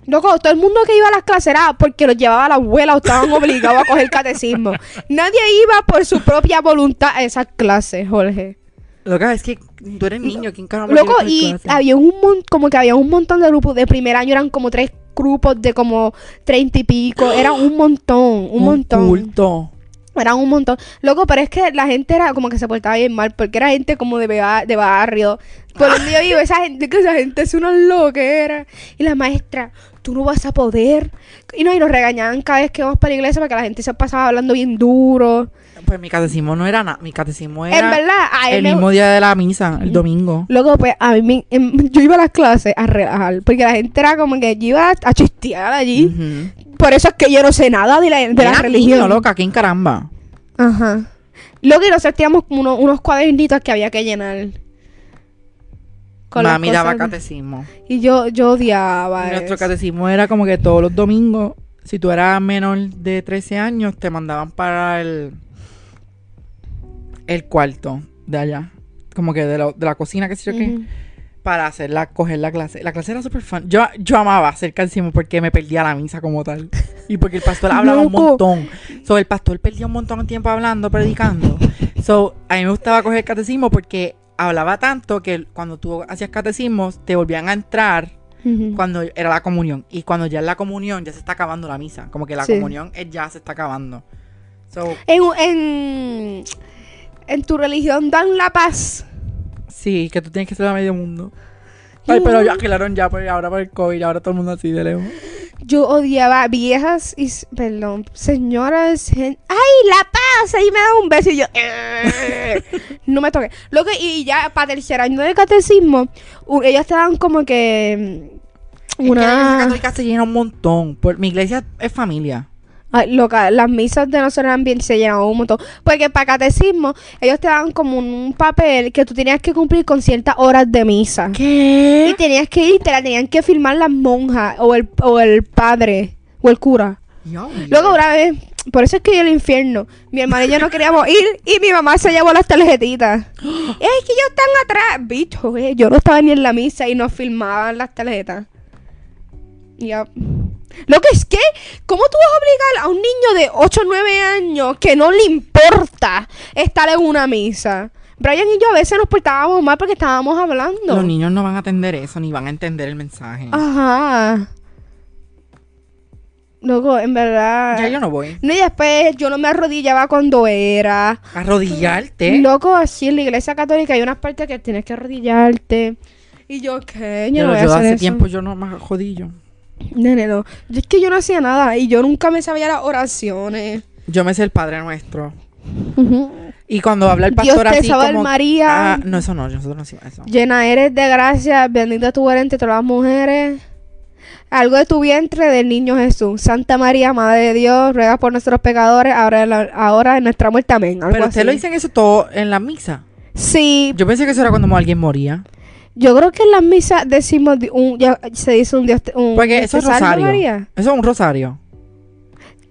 [SPEAKER 1] Loco, todo el mundo que iba a las clases era porque los llevaba la abuela o estaban obligados a coger catecismo. Nadie iba por su propia voluntad a esas clases, Jorge.
[SPEAKER 2] Loca, es que tú eres niño, ¿quién carajo
[SPEAKER 1] Loco, y había un mon- como que había un montón de grupos. De primer año eran como tres grupos de como treinta y pico. Era un montón, un montón.
[SPEAKER 2] culto.
[SPEAKER 1] Era un montón. Loco, pero es que la gente era como que se portaba bien mal, porque era gente como de, beba- de barrio. Por donde yo vivo, esa gente, que esa gente es una loquera. Y la maestra, tú no vas a poder. Y no, y nos regañaban cada vez que íbamos para la iglesia porque la gente se pasaba hablando bien duro.
[SPEAKER 2] Pues mi catecismo no era nada. Mi catecismo era
[SPEAKER 1] en verdad, a él
[SPEAKER 2] el
[SPEAKER 1] me-
[SPEAKER 2] mismo día de la misa, el domingo.
[SPEAKER 1] Luego, pues, a mí, me- em, yo iba a las clases a relajar, porque la gente era como que yo iba a chistear allí.
[SPEAKER 2] Ujú.
[SPEAKER 1] Por eso es que yo no sé nada de la, de la
[SPEAKER 2] Era
[SPEAKER 1] religión.
[SPEAKER 2] niño, loca, ¿quién caramba?
[SPEAKER 1] Ajá. Luego, y nosotros teníamos como uno- unos cuadernitos que había que llenar. las
[SPEAKER 2] Mami daba
[SPEAKER 1] cosas.
[SPEAKER 2] catecismo.
[SPEAKER 1] Y yo, yo odiaba
[SPEAKER 2] Nuestro
[SPEAKER 1] eso.
[SPEAKER 2] catecismo era como que todos los domingos, si tú eras menor de 13 años, te mandaban para el, el cuarto de allá. Como que de la, de la cocina, qué sé yo qué.
[SPEAKER 1] Ujú.
[SPEAKER 2] Para hacer la, coger la clase. La clase era súper fun. Yo, yo amaba hacer catecismo porque me perdía la misa como tal. Y porque el pastor hablaba un
[SPEAKER 1] Loco.
[SPEAKER 2] montón. So, el pastor perdía un montón de tiempo hablando, predicando. So, a mí me gustaba coger catecismo porque hablaba tanto que cuando tú hacías catecismos te volvían a entrar
[SPEAKER 1] Ujú.
[SPEAKER 2] cuando era la comunión. Y cuando ya es la comunión, ya se está acabando la misa. Como que la
[SPEAKER 1] Sí.
[SPEAKER 2] comunión es- ya se está acabando. So,
[SPEAKER 1] En, en, en tu religión dan la paz.
[SPEAKER 2] sí, que tú tienes que ser a medio mundo. Ay, pero ya aclararon ya, por- ahora por el COVID, ahora todo el mundo así de lejos.
[SPEAKER 1] Yo odiaba viejas y. s- Perdón, señoras. gen- ¡Ay, la paz! Ahí me da un beso y yo. "Eh". no me toque. Lo que, y ya para tercer año de catecismo, u- ellas te dan como que. mm,
[SPEAKER 2] Es que la iglesia
[SPEAKER 1] Una.
[SPEAKER 2] católica se llena un montón. Por, mi iglesia es familia.
[SPEAKER 1] Ay, ah, loca, las misas de nosotros eran bien, se llenaban un montón. Porque para catecismo, ellos te daban como un papel que tú tenías que cumplir con ciertas horas de misa. Y
[SPEAKER 2] ¿Qué?
[SPEAKER 1] tenías que ir, te la tenían que firmar las monjas o el, o el padre o el cura. Luego una vez, por eso es que yo al infierno. Mi hermana y yo no queríamos ir y mi mamá se llevó las tarjetitas. es que ellos están atrás. Bicho, eh, yo no estaba ni en la misa y nos filmaban las tarjetas. Ya. Lo que es que, ¿cómo tú vas a obligar a un niño de 8 o 9 años que no le importa estar en una misa? Brian y yo a veces nos portábamos mal porque estábamos hablando.
[SPEAKER 2] Los niños no van a atender eso, ni van a entender el mensaje.
[SPEAKER 1] Ah, Ajá. Loco, en verdad.
[SPEAKER 2] Ya yo no voy.
[SPEAKER 1] No, y después yo no me arrodillaba cuando era.
[SPEAKER 2] Arrodillarte.
[SPEAKER 1] Loco, así en la iglesia católica hay unas partes que tienes que arrodillarte. Y yo, ¿qué? Yo
[SPEAKER 2] Yo,
[SPEAKER 1] no voy a
[SPEAKER 2] yo
[SPEAKER 1] hacer
[SPEAKER 2] hace
[SPEAKER 1] eso.
[SPEAKER 2] tiempo yo no más jodillo.
[SPEAKER 1] Nene, no. Yo es que yo no hacía nada y yo nunca me sabía las oraciones.
[SPEAKER 2] Yo me sé el Padre Nuestro. Y cuando habla el
[SPEAKER 1] Dios
[SPEAKER 2] pastor
[SPEAKER 1] te
[SPEAKER 2] así
[SPEAKER 1] salve,
[SPEAKER 2] como...
[SPEAKER 1] María.
[SPEAKER 2] Ah, no, eso no, nosotros no hacíamos eso.
[SPEAKER 1] Llena eres de gracia, bendita tú eres entre todas las mujeres. Algo de tu vientre del niño Jesús. Santa María, Madre de Dios, ruega por nuestros pecadores, ahora en, la- ahora en nuestra muerte. Amén. Algo
[SPEAKER 2] Pero ustedes
[SPEAKER 1] así.
[SPEAKER 2] lo dicen eso todo en la misa.
[SPEAKER 1] Sí,
[SPEAKER 2] Yo pensé que eso era cuando alguien moría.
[SPEAKER 1] Yo creo que en las misas decimos di- un, ya se dice un Dios te- un
[SPEAKER 2] Porque
[SPEAKER 1] este,
[SPEAKER 2] eso es
[SPEAKER 1] Salve
[SPEAKER 2] rosario.
[SPEAKER 1] María.
[SPEAKER 2] Eso es un rosario.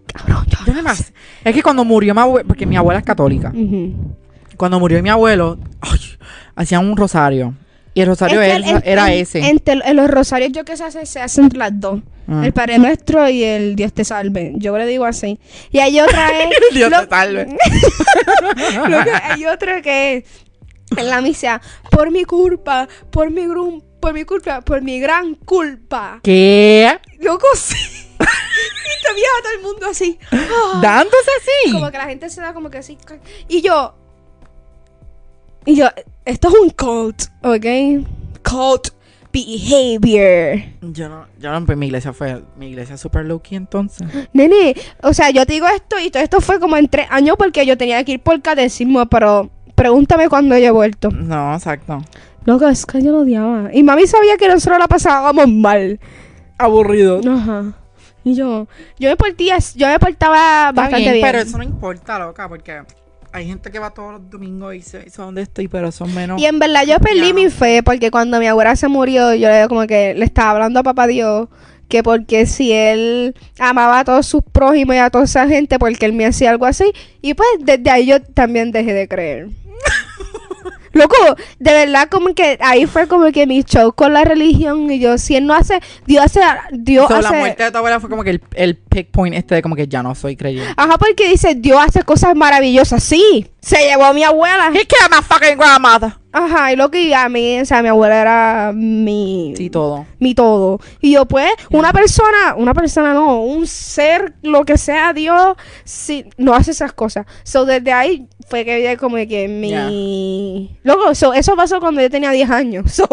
[SPEAKER 1] Cabrón, yo no
[SPEAKER 2] Yo no
[SPEAKER 1] sé.
[SPEAKER 2] más. Es que cuando murió mi abuelo, porque mi abuela es católica.
[SPEAKER 1] Ujú.
[SPEAKER 2] Cuando murió mi abuelo, ay, hacían un rosario. Y el rosario
[SPEAKER 1] Es que
[SPEAKER 2] era,
[SPEAKER 1] el-
[SPEAKER 2] era
[SPEAKER 1] en-
[SPEAKER 2] ese.
[SPEAKER 1] entre- en los rosarios yo que se hace, se hacen entre las dos.
[SPEAKER 2] Ah.
[SPEAKER 1] El Padre Nuestro y el Dios te salve. Yo le digo así. Y hay otra es-
[SPEAKER 2] Dios
[SPEAKER 1] lo-
[SPEAKER 2] te salve.
[SPEAKER 1] lo que- hay otra que es en la misa, por mi culpa, por mi grum- por mi culpa, por mi gran culpa.
[SPEAKER 2] ¿Qué?
[SPEAKER 1] Loco, sí. y te veía a todo el mundo así. Ah.
[SPEAKER 2] ¿Dándose así?
[SPEAKER 1] Como que la gente se da como que así. ca- Y yo. Y yo, esto es un cult, ¿ok? Cult behavior.
[SPEAKER 2] Yo no, yo no, pues mi iglesia fue, mi iglesia es super low key entonces.
[SPEAKER 1] Nene, o sea, yo te digo esto y todo esto fue como en tres años porque yo tenía que ir por catecismo, pero pregúntame cuándo yo he vuelto.
[SPEAKER 2] No, exacto.
[SPEAKER 1] Loco, es que yo lo odiaba. Y mami sabía que nosotros la pasábamos mal.
[SPEAKER 2] Aburrido.
[SPEAKER 1] Ajá. Y yo, yo me portía, yo me portaba bastante bien.
[SPEAKER 2] Pero eso no importa, loca, porque hay gente que va todos los domingos y se- y son de esto y pero son menos.
[SPEAKER 1] Y en verdad yo perdí
[SPEAKER 2] Ya.
[SPEAKER 1] mi fe porque cuando mi abuela se murió, yo le como que le estaba hablando a papá Dios que porque si él amaba a todos sus prójimos y a toda esa gente, porque él me hacía algo así. Y pues desde ahí yo también dejé de creer. Loco, de verdad como que ahí fue como que mi show con la religión y yo, si él no hace, Dios hace, Dios
[SPEAKER 2] So,
[SPEAKER 1] hace...
[SPEAKER 2] la muerte de tu abuela fue como que el, el pick point este de como que ya no soy creyente.
[SPEAKER 1] Ajá, porque dice, Dios hace cosas maravillosas. Sí, se llevó a mi abuela.
[SPEAKER 2] He killed my fucking grandmother.
[SPEAKER 1] Ajá, y lo que a mí, o sea, mi abuela era mi...
[SPEAKER 2] Sí, todo.
[SPEAKER 1] mi todo. Y yo, pues, una persona, una persona no, un ser, lo que sea Dios, si, no hace esas cosas. So, desde ahí fue que vi como que mi... Loco, so, eso pasó cuando yo tenía 10 años. So,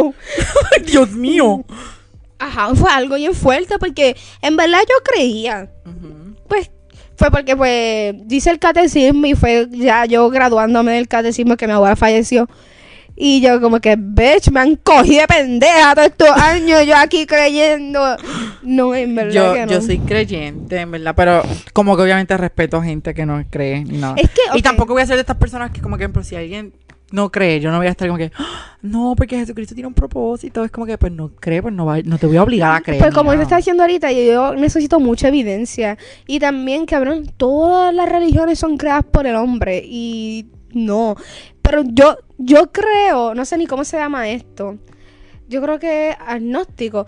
[SPEAKER 2] Dios mío.
[SPEAKER 1] ajá, fue algo bien fuerte porque en verdad yo creía. Pues, fue porque, pues, dice el catecismo y fue ya yo graduándome del catecismo que mi abuela falleció. Y yo como que, bitch, me han cogido de pendeja todos estos años yo aquí creyendo. No, en verdad
[SPEAKER 2] Yo,
[SPEAKER 1] que no.
[SPEAKER 2] yo soy creyente, en verdad, pero como que obviamente respeto a gente que no cree ni nada.
[SPEAKER 1] Es que,
[SPEAKER 2] Y
[SPEAKER 1] ok.
[SPEAKER 2] tampoco voy a ser de estas personas que como que, pero si alguien no cree, yo no voy a estar como que, "Ah, no, porque Jesucristo tiene un propósito. Es como que, pues no cree, pues no, va, no te voy a obligar a creer.
[SPEAKER 1] Pues
[SPEAKER 2] ni
[SPEAKER 1] como él
[SPEAKER 2] nada.
[SPEAKER 1] está diciendo ahorita, yo- yo necesito mucha evidencia. Y también, cabrón, todas las religiones son creadas por el hombre. Y no. Pero yo, yo creo, no sé ni cómo se llama esto. Yo creo que es agnóstico.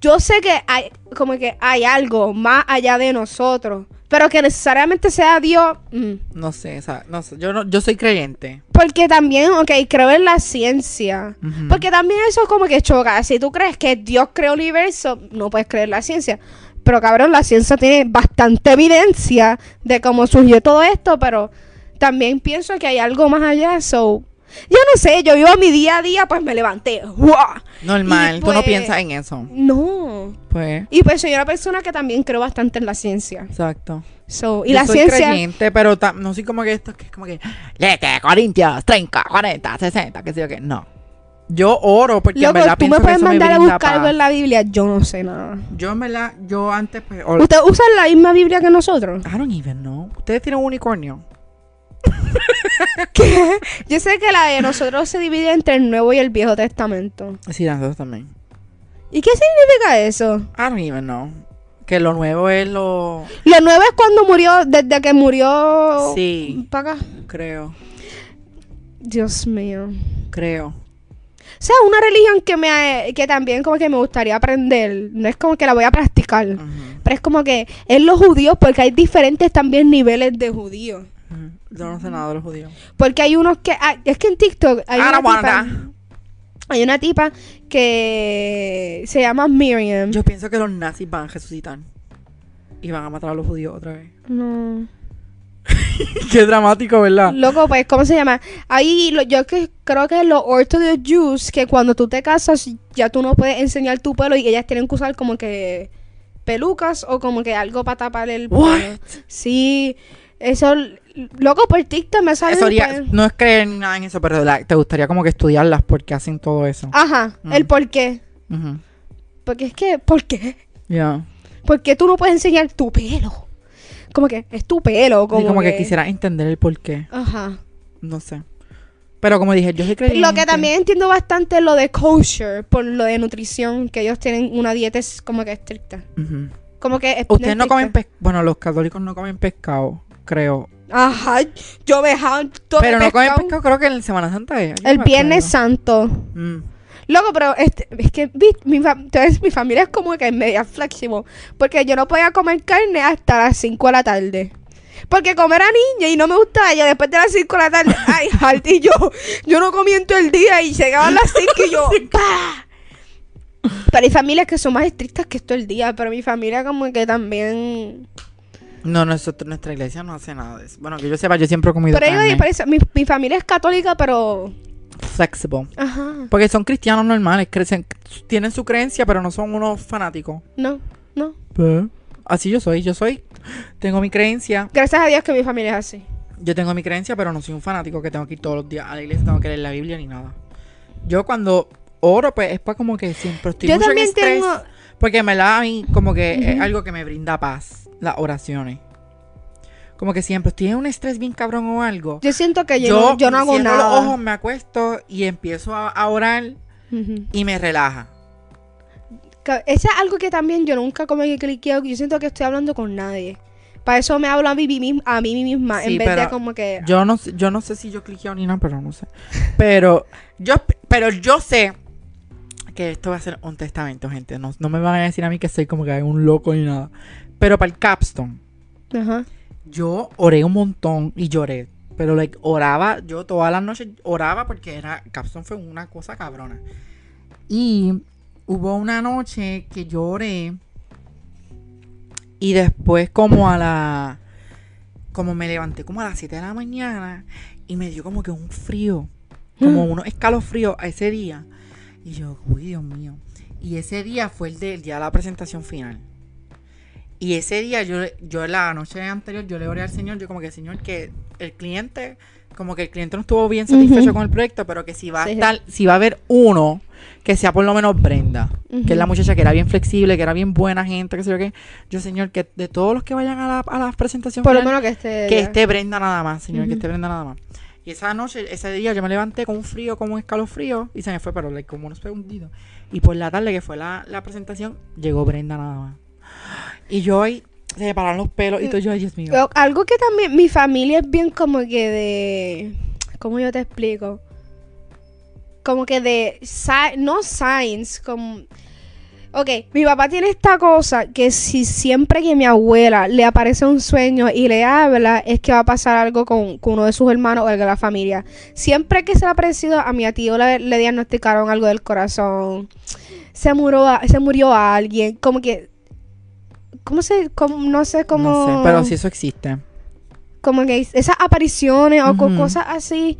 [SPEAKER 1] yo sé que hay como que hay algo más allá de nosotros, pero que necesariamente sea Dios, mm.
[SPEAKER 2] No sé, o sea, no sé, yo, no, yo soy creyente.
[SPEAKER 1] porque también, ok, creo en la ciencia.
[SPEAKER 2] Ujú.
[SPEAKER 1] Porque también eso es como que choca. Si tú crees que Dios creó el universo, no puedes creer la ciencia. Pero cabrón, la ciencia tiene bastante evidencia de cómo surgió todo esto, pero también pienso que hay algo más allá. So, yo no sé, yo vivo mi día a día, pues me levanté. ¡guau!
[SPEAKER 2] Normal,
[SPEAKER 1] Y
[SPEAKER 2] tú no
[SPEAKER 1] pues-
[SPEAKER 2] piensas en eso.
[SPEAKER 1] No.
[SPEAKER 2] Pues,
[SPEAKER 1] Y pues soy una persona que también creo bastante en la ciencia.
[SPEAKER 2] exacto.
[SPEAKER 1] So, y
[SPEAKER 2] Yo
[SPEAKER 1] la
[SPEAKER 2] soy
[SPEAKER 1] ciencia.
[SPEAKER 2] creyente, pero ta- no soy como que esto que es como que. Lete, Corintios, 30, 40, 60, qué sé yo qué. No. Yo oro porque en
[SPEAKER 1] Loco,
[SPEAKER 2] verdad
[SPEAKER 1] tú
[SPEAKER 2] pienso
[SPEAKER 1] me
[SPEAKER 2] que
[SPEAKER 1] puedes
[SPEAKER 2] eso me
[SPEAKER 1] mandar a
[SPEAKER 2] brinda
[SPEAKER 1] buscar algo
[SPEAKER 2] paz.
[SPEAKER 1] en la Biblia. Yo no sé nada.
[SPEAKER 2] Yo me la. Yo antes, pues. or-
[SPEAKER 1] ¿Ustedes usan la misma Biblia que nosotros?
[SPEAKER 2] I don't even know. Ustedes tienen un unicornio.
[SPEAKER 1] Yo sé que la de nosotros se divide entre el Nuevo y el Viejo Testamento.
[SPEAKER 2] Sí, nosotros también.
[SPEAKER 1] ¿Y qué significa eso?
[SPEAKER 2] I don't even know. Que lo nuevo es lo.
[SPEAKER 1] Lo nuevo es cuando murió, desde que murió.
[SPEAKER 2] Sí,
[SPEAKER 1] Para acá.
[SPEAKER 2] creo.
[SPEAKER 1] Dios mío. O
[SPEAKER 2] Creo.
[SPEAKER 1] sea, una religión que me que también como que me gustaría aprender. No es como que la voy a practicar.
[SPEAKER 2] Ujú,
[SPEAKER 1] Pero es como que es los judíos, porque hay diferentes también niveles de judíos.
[SPEAKER 2] ujú. Yo no sé nada de los judíos.
[SPEAKER 1] Porque hay unos que. ah, es que en TikTok hay
[SPEAKER 2] I
[SPEAKER 1] una,
[SPEAKER 2] don't wanna
[SPEAKER 1] tipa, hay una tipa que se llama Miriam.
[SPEAKER 2] Yo pienso que los nazis van a resucitar. Y van a matar a los judíos otra vez.
[SPEAKER 1] No.
[SPEAKER 2] Qué dramático, ¿verdad?
[SPEAKER 1] Loco, pues, ¿cómo se llama? Ahí lo- yo que, creo que los Orthodox Jews, que cuando tú te casas, ya tú no puedes enseñar tu pelo y ellas tienen que usar como que pelucas o como que algo para tapar el pelo.
[SPEAKER 2] What?
[SPEAKER 1] Sí, eso, loco, por TikTok me sale.
[SPEAKER 2] Eso haría- no es creer ni nada en eso, pero la- te gustaría como que estudiarlas porque hacen todo eso.
[SPEAKER 1] Ajá,
[SPEAKER 2] Mm.
[SPEAKER 1] el por qué.
[SPEAKER 2] Ujú.
[SPEAKER 1] Porque es que, ¿por qué?
[SPEAKER 2] Ya.
[SPEAKER 1] ¿Por qué tú no puedes enseñar tu pelo? Como que es tu pelo,
[SPEAKER 2] Sí,
[SPEAKER 1] como,
[SPEAKER 2] Como, que... quisiera entender el por qué.
[SPEAKER 1] Ajá.
[SPEAKER 2] No sé. Pero como dije, yo soy creyente.
[SPEAKER 1] Lo que también entiendo bastante es lo de kosher, por lo de nutrición, que ellos tienen una dieta es como que estricta.
[SPEAKER 2] Ujú.
[SPEAKER 1] Como que es-
[SPEAKER 2] Ustedes no
[SPEAKER 1] estricta.
[SPEAKER 2] comen pescado. Bueno, los católicos no comen pescado, creo.
[SPEAKER 1] Ajá, yo me jalo todo
[SPEAKER 2] pero
[SPEAKER 1] el
[SPEAKER 2] no comen
[SPEAKER 1] pescado.
[SPEAKER 2] pescado, creo que en la Semana Santa es. Yo
[SPEAKER 1] El
[SPEAKER 2] me
[SPEAKER 1] Viernes
[SPEAKER 2] acuerdo.
[SPEAKER 1] Santo.
[SPEAKER 2] Mm.
[SPEAKER 1] Loco, pero este- es que vi- mi, fa- entonces, mi familia es como que media flexible. Porque yo no podía comer carne hasta las 5 de la tarde. Porque comer a niña y no me gustaba. Yo después de las 5 de la tarde, ay, Hardy, yo, yo no comí en todo el día. Y llegaban las 5 y yo, ¡pah! Pero hay familias que son más estrictas que todo el día. Pero mi familia, como que también.
[SPEAKER 2] No, nosotros, nuestra iglesia no hace nada de eso. Bueno, que yo sepa, yo siempre he comido
[SPEAKER 1] Pero digo,
[SPEAKER 2] carne.
[SPEAKER 1] y por eso- mi, mi familia es católica, pero.
[SPEAKER 2] Flexible.
[SPEAKER 1] Ajá.
[SPEAKER 2] Porque son cristianos normales, crecen, tienen su creencia, pero no son unos fanáticos.
[SPEAKER 1] No, no.
[SPEAKER 2] Así yo soy, yo soy, tengo mi creencia,
[SPEAKER 1] Gracias a Dios que mi familia es así.
[SPEAKER 2] yo tengo mi creencia, pero no soy un fanático que tengo que ir todos los días a la iglesia, tengo que leer la Biblia ni nada. Yo cuando oro, pues es para como que siempre estoy
[SPEAKER 1] yo
[SPEAKER 2] mucho en
[SPEAKER 1] también
[SPEAKER 2] estrés,
[SPEAKER 1] tengo.
[SPEAKER 2] Porque en verdad a mí como que es
[SPEAKER 1] Ujú.
[SPEAKER 2] algo que me brinda paz, las oraciones. Como que siempre estoy en un estrés bien cabrón o algo.
[SPEAKER 1] Yo siento que yo, no- yo no hago
[SPEAKER 2] cierro
[SPEAKER 1] nada.
[SPEAKER 2] los ojos, me acuesto y empiezo a, a orar
[SPEAKER 1] Ujú.
[SPEAKER 2] y me relaja.
[SPEAKER 1] Ca- Eso es algo que también yo nunca como que cliqueo. Yo siento que estoy hablando con nadie. Para eso me hablo a mí, misma- a mí misma.
[SPEAKER 2] Sí,
[SPEAKER 1] en vez de
[SPEAKER 2] pero
[SPEAKER 1] como que.
[SPEAKER 2] Yo no, sé- yo no sé si yo cliqueo ni nada, pero no sé. Pero yo, pero yo sé que esto va a ser un testamento, gente. No, no me van a decir a mí que soy como que un loco ni nada. Pero para el capstone,
[SPEAKER 1] Ajá.
[SPEAKER 2] yo oré un montón y lloré. Pero like, oraba, yo todas las noches oraba porque era, capstone fue una cosa cabrona. Y hubo una noche que yo oré y después como a la, como me levanté como a las 7 de la mañana y me dio como que un frío, como unos escalofríos a ese día. Y yo, uy, Dios mío. Y ese día fue el del día de la presentación final. Y ese día yo, yo la noche anterior yo le oré al señor, yo como que señor que el cliente, como que el cliente no estuvo bien satisfecho
[SPEAKER 1] Ujú.
[SPEAKER 2] con el proyecto, pero que si va a
[SPEAKER 1] Sí.
[SPEAKER 2] estar, si va a haber uno que sea por lo menos Brenda, que es la
[SPEAKER 1] Ujú.
[SPEAKER 2] muchacha que era bien flexible, que era bien buena gente, que sé yo qué. Yo señor que de todos los que vayan a la, a la presentación
[SPEAKER 1] Por lo
[SPEAKER 2] final,
[SPEAKER 1] menos que esté.
[SPEAKER 2] que
[SPEAKER 1] ya.
[SPEAKER 2] esté Brenda nada más, señor, que
[SPEAKER 1] Ujú.
[SPEAKER 2] esté Brenda nada más. Y esa noche, ese día, yo me levanté con un frío, con un escalofrío, y se me fue, pero like, como unos segunditos. Y por la tarde, que fue la, la presentación, llegó Brenda nada más. Y yo ahí, se me pararon los pelos, y todo yo, ay, Dios mío.
[SPEAKER 1] Lo- Algo que también. Mi familia es bien como que de. ¿Cómo yo te explico? Como que de. sci- no science, como. Ok, mi papá tiene esta cosa que si siempre que mi abuela le aparece un sueño y le habla, es que va a pasar algo con, con uno de sus hermanos o el de la familia. Siempre que se le ha aparecido, a mi tío le, le diagnosticaron algo del corazón. Se murió, a- se murió a alguien. Como que. ¿Cómo se.? cómo- no sé cómo.
[SPEAKER 2] No sé, pero si eso existe.
[SPEAKER 1] Como que esas apariciones o co-
[SPEAKER 2] Ujú.
[SPEAKER 1] cosas así.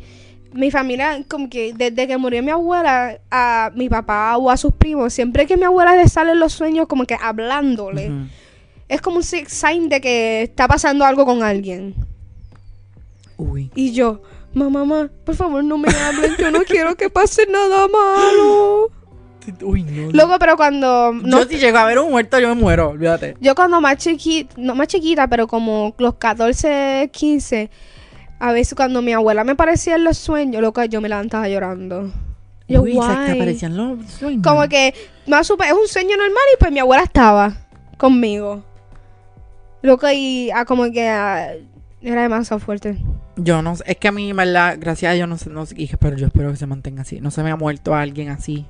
[SPEAKER 1] Mi familia, como que desde que murió mi abuela, a mi papá o a sus primos, siempre que mi abuela le salen los sueños, como que hablándole.
[SPEAKER 2] Ujú.
[SPEAKER 1] Es como un sig- sign de que está pasando algo con alguien.
[SPEAKER 2] Uy.
[SPEAKER 1] Y yo, mamá, mamá, por favor no me hablen, yo no quiero que pase nada malo.
[SPEAKER 2] Uy, no.
[SPEAKER 1] Luego, pero cuando... No,
[SPEAKER 2] Yo si llego a ver un muerto, yo me muero, olvídate.
[SPEAKER 1] Yo cuando más chiquita, no más chiquita, pero como los 14, 15, a veces cuando mi abuela me aparecía en los sueños, loca, yo me levantaba llorando. Yo,
[SPEAKER 2] Uy, se te
[SPEAKER 1] "Why?".
[SPEAKER 2] aparecían los sueños.
[SPEAKER 1] Como que, más supe, es un sueño normal y pues mi abuela estaba conmigo. Loca, y ah, como que ah, era demasiado fuerte.
[SPEAKER 2] Yo no sé, es que a mí, en verdad, gracias a Dios, no sé, no sé, hija, pero yo espero que se mantenga así. No se me ha muerto alguien así.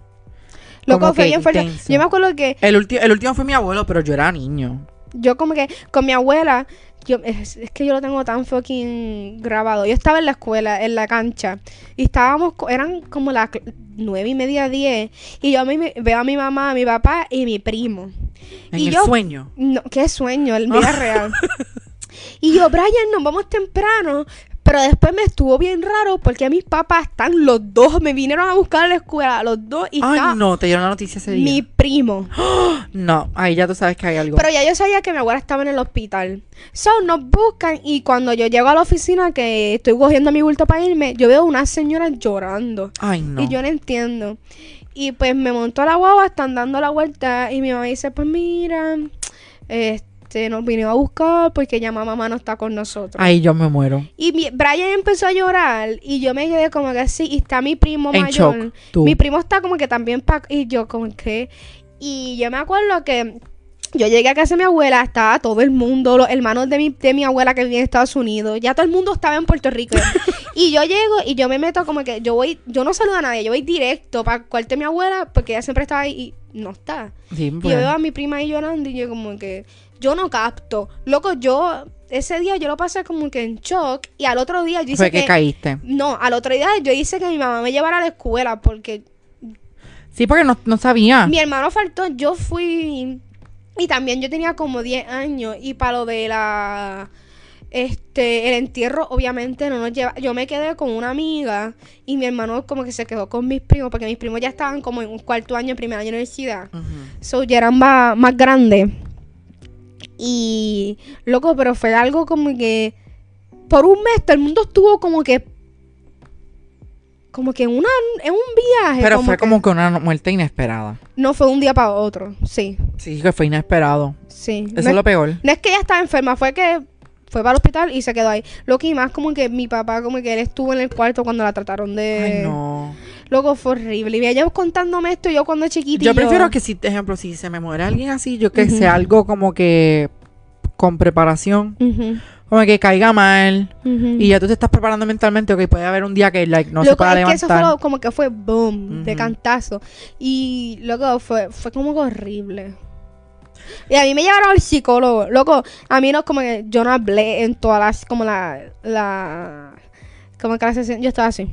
[SPEAKER 1] Loco,
[SPEAKER 2] Como
[SPEAKER 1] fue
[SPEAKER 2] que
[SPEAKER 1] bien fuerte.
[SPEAKER 2] intenso.
[SPEAKER 1] Yo me acuerdo que
[SPEAKER 2] El, ulti- el último fue mi abuelo, pero yo era niño.
[SPEAKER 1] Yo como que con mi abuela, yo, es, es que yo lo tengo tan fucking grabado. Yo estaba en la escuela, en la cancha, y estábamos, co- eran como las cl- nueve y media, diez, y yo a mí me- veo a mi mamá, a mi papá y mi primo.
[SPEAKER 2] En
[SPEAKER 1] Y
[SPEAKER 2] el Ah.
[SPEAKER 1] yo-
[SPEAKER 2] sueño.
[SPEAKER 1] No, qué sueño, el vida real. Y yo, Brian, nos vamos temprano. Pero después me estuvo bien raro porque mis papás están los dos, me vinieron a buscar a la escuela, los dos, y está
[SPEAKER 2] Ay, no, te dieron la noticia ese día.
[SPEAKER 1] mi primo.
[SPEAKER 2] No, ahí ya tú sabes que hay algo.
[SPEAKER 1] Pero ya yo sabía que mi abuela estaba en el hospital. So, nos buscan y cuando yo llego a la oficina que estoy cogiendo mi bulto para irme, yo veo una señora llorando.
[SPEAKER 2] Ay, no.
[SPEAKER 1] Y yo no entiendo. Y pues me montó a la guagua, están dando la vuelta y mi mamá dice, pues mira, este, nos vino a buscar porque ya mamá no está con nosotros.
[SPEAKER 2] Ay, yo me muero.
[SPEAKER 1] Y mi- Brian empezó a llorar y yo me quedé como que así y está mi primo
[SPEAKER 2] En
[SPEAKER 1] mayor.
[SPEAKER 2] shock, tú.
[SPEAKER 1] Mi primo está como que también pa y yo como que y yo me acuerdo que yo llegué a casa de mi abuela, estaba todo el mundo, los hermanos de mi, de mi abuela que vivía en Estados Unidos, ya todo el mundo estaba en Puerto Rico. y yo llego y yo me meto como que yo voy, yo no saludo a nadie, yo voy directo para el cuarto de mi abuela porque ella siempre estaba ahí y no está.
[SPEAKER 2] Sí,
[SPEAKER 1] Y yo
[SPEAKER 2] porque-
[SPEAKER 1] veo a mi prima ahí llorando y yo como que yo no capto. Loco, yo ese día yo lo pasé como que en shock y al otro día yo hice
[SPEAKER 2] fue que,
[SPEAKER 1] que
[SPEAKER 2] caíste.
[SPEAKER 1] no, al otro día yo hice que mi mamá me llevara a la escuela porque
[SPEAKER 2] Sí, porque no, no sabía.
[SPEAKER 1] mi hermano faltó, yo fui y también yo tenía como 10 años y para lo de la este el entierro obviamente no nos lleva, yo me quedé con una amiga y mi hermano como que se quedó con mis primos porque mis primos ya estaban como en un cuarto año, primer año de universidad.
[SPEAKER 2] Ujú.
[SPEAKER 1] So, ya eran más, más grandes. Y, loco, pero fue algo como que. Por un mes todo el mundo estuvo como que. Como que en, una, en un viaje.
[SPEAKER 2] Pero fue
[SPEAKER 1] que-
[SPEAKER 2] como que una muerte inesperada.
[SPEAKER 1] No fue de un día para otro. Sí,
[SPEAKER 2] Sí, que fue inesperado.
[SPEAKER 1] sí.
[SPEAKER 2] Eso
[SPEAKER 1] no,
[SPEAKER 2] es lo
[SPEAKER 1] es,
[SPEAKER 2] peor.
[SPEAKER 1] no es que ella estaba enferma, fue que fue para el hospital y se quedó ahí. Lo que más como que mi papá, como que él estuvo en el cuarto cuando la trataron de.
[SPEAKER 2] Ay, no.
[SPEAKER 1] Loco, fue horrible. Y ella contándome esto yo cuando chiquita.
[SPEAKER 2] Yo prefiero que si, ejemplo, si se me muere alguien así, yo que
[SPEAKER 1] Ujú.
[SPEAKER 2] sea algo como que con preparación,
[SPEAKER 1] Ujú,
[SPEAKER 2] como que caiga mal
[SPEAKER 1] ujú.
[SPEAKER 2] y ya tú te estás preparando mentalmente, ok, puede haber un día que like no se
[SPEAKER 1] Loco,
[SPEAKER 2] pueda
[SPEAKER 1] es que eso fue
[SPEAKER 2] levantar.
[SPEAKER 1] lo- como que fue boom, de
[SPEAKER 2] Ujú.
[SPEAKER 1] cantazo. Y loco, fue, fue como que horrible. Y a mí me llevaron al psicólogo. Loco, a mí no como que yo no hablé en todas las, como la, la, como que la sesión, yo estaba así.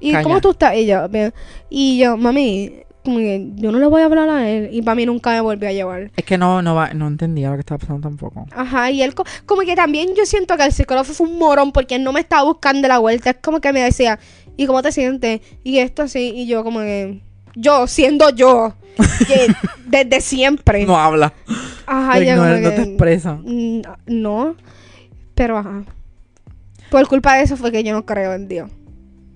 [SPEAKER 1] ¿Y
[SPEAKER 2] Calla.
[SPEAKER 1] cómo tú estás? Y yo, bien. y yo, mami, como que yo no le voy a hablar a él. Y para mí nunca me volvió a llevar.
[SPEAKER 2] Es que no no va, no entendía lo que estaba pasando tampoco.
[SPEAKER 1] Ajá, y él co- como que también yo siento que el psicólogo fue un morón porque él no me estaba buscando la vuelta. Es como que me decía, ¿y cómo te sientes? Y esto así, y yo como que... Yo, siendo yo, que desde siempre.
[SPEAKER 2] No habla.
[SPEAKER 1] Ajá,
[SPEAKER 2] Like,
[SPEAKER 1] yo
[SPEAKER 2] no,
[SPEAKER 1] como
[SPEAKER 2] no te
[SPEAKER 1] que,
[SPEAKER 2] expresa.
[SPEAKER 1] mm, No, pero ajá. Por culpa de eso fue que yo no creo en Dios.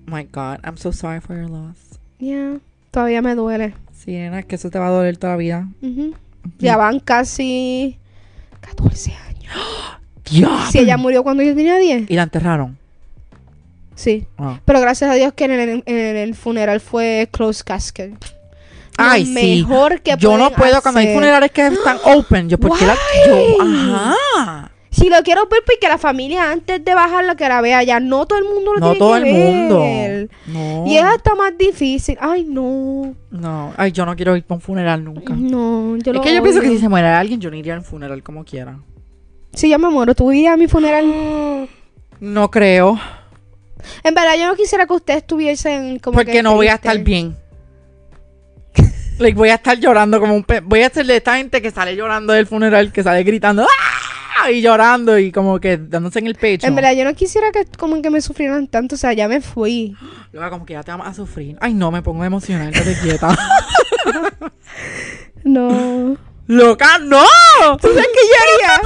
[SPEAKER 2] My God, I'm so sorry for your loss.
[SPEAKER 1] Ya, todavía me duele.
[SPEAKER 2] Sí, nena, es que eso te va a doler toda la vida.
[SPEAKER 1] Ujú. Ya van casi 14 años.
[SPEAKER 2] ¡Diablo!
[SPEAKER 1] Si ella murió cuando yo tenía 10,
[SPEAKER 2] Y la enterraron.
[SPEAKER 1] sí.
[SPEAKER 2] Ah.
[SPEAKER 1] Pero gracias a Dios que en el, en el funeral fue closed casket. Lo
[SPEAKER 2] Ay, sí.
[SPEAKER 1] mejor que
[SPEAKER 2] yo no
[SPEAKER 1] pueden
[SPEAKER 2] puedo cuando hay
[SPEAKER 1] hacer.
[SPEAKER 2] funerales que están open. Yo, ¿por qué la.? Yo,
[SPEAKER 1] Why?
[SPEAKER 2] ajá.
[SPEAKER 1] Si lo quiero ver, pues que la familia antes de bajarla que la vea ya. No todo el mundo lo
[SPEAKER 2] No
[SPEAKER 1] tiene
[SPEAKER 2] todo
[SPEAKER 1] que
[SPEAKER 2] el
[SPEAKER 1] ver.
[SPEAKER 2] mundo. No.
[SPEAKER 1] Y es hasta más difícil. Ay, no.
[SPEAKER 2] No. Ay, yo no quiero ir para un funeral nunca.
[SPEAKER 1] No, yo
[SPEAKER 2] es
[SPEAKER 1] lo
[SPEAKER 2] que yo pienso que
[SPEAKER 1] odio.
[SPEAKER 2] si se muere alguien, yo no iría al funeral como quiera.
[SPEAKER 1] Si yo me muero, tú irías a mi funeral.
[SPEAKER 2] No creo.
[SPEAKER 1] En verdad, yo no quisiera que ustedes estuviesen como.
[SPEAKER 2] porque
[SPEAKER 1] que
[SPEAKER 2] no voy a
[SPEAKER 1] tristes.
[SPEAKER 2] estar bien. like, voy a estar llorando como un pe... Voy a ser de esta gente que sale llorando del funeral, que sale gritando ¡Ah! y llorando y como que dándose en el pecho.
[SPEAKER 1] En verdad, yo no quisiera que como que me sufrieran tanto. O sea, ya me fui.
[SPEAKER 2] Luego como que ya te vamos a sufrir. Ay, no, me pongo emocional, te quieta.
[SPEAKER 1] No.
[SPEAKER 2] ¡Loca, no!
[SPEAKER 1] ¿Tú sabes que yo haría?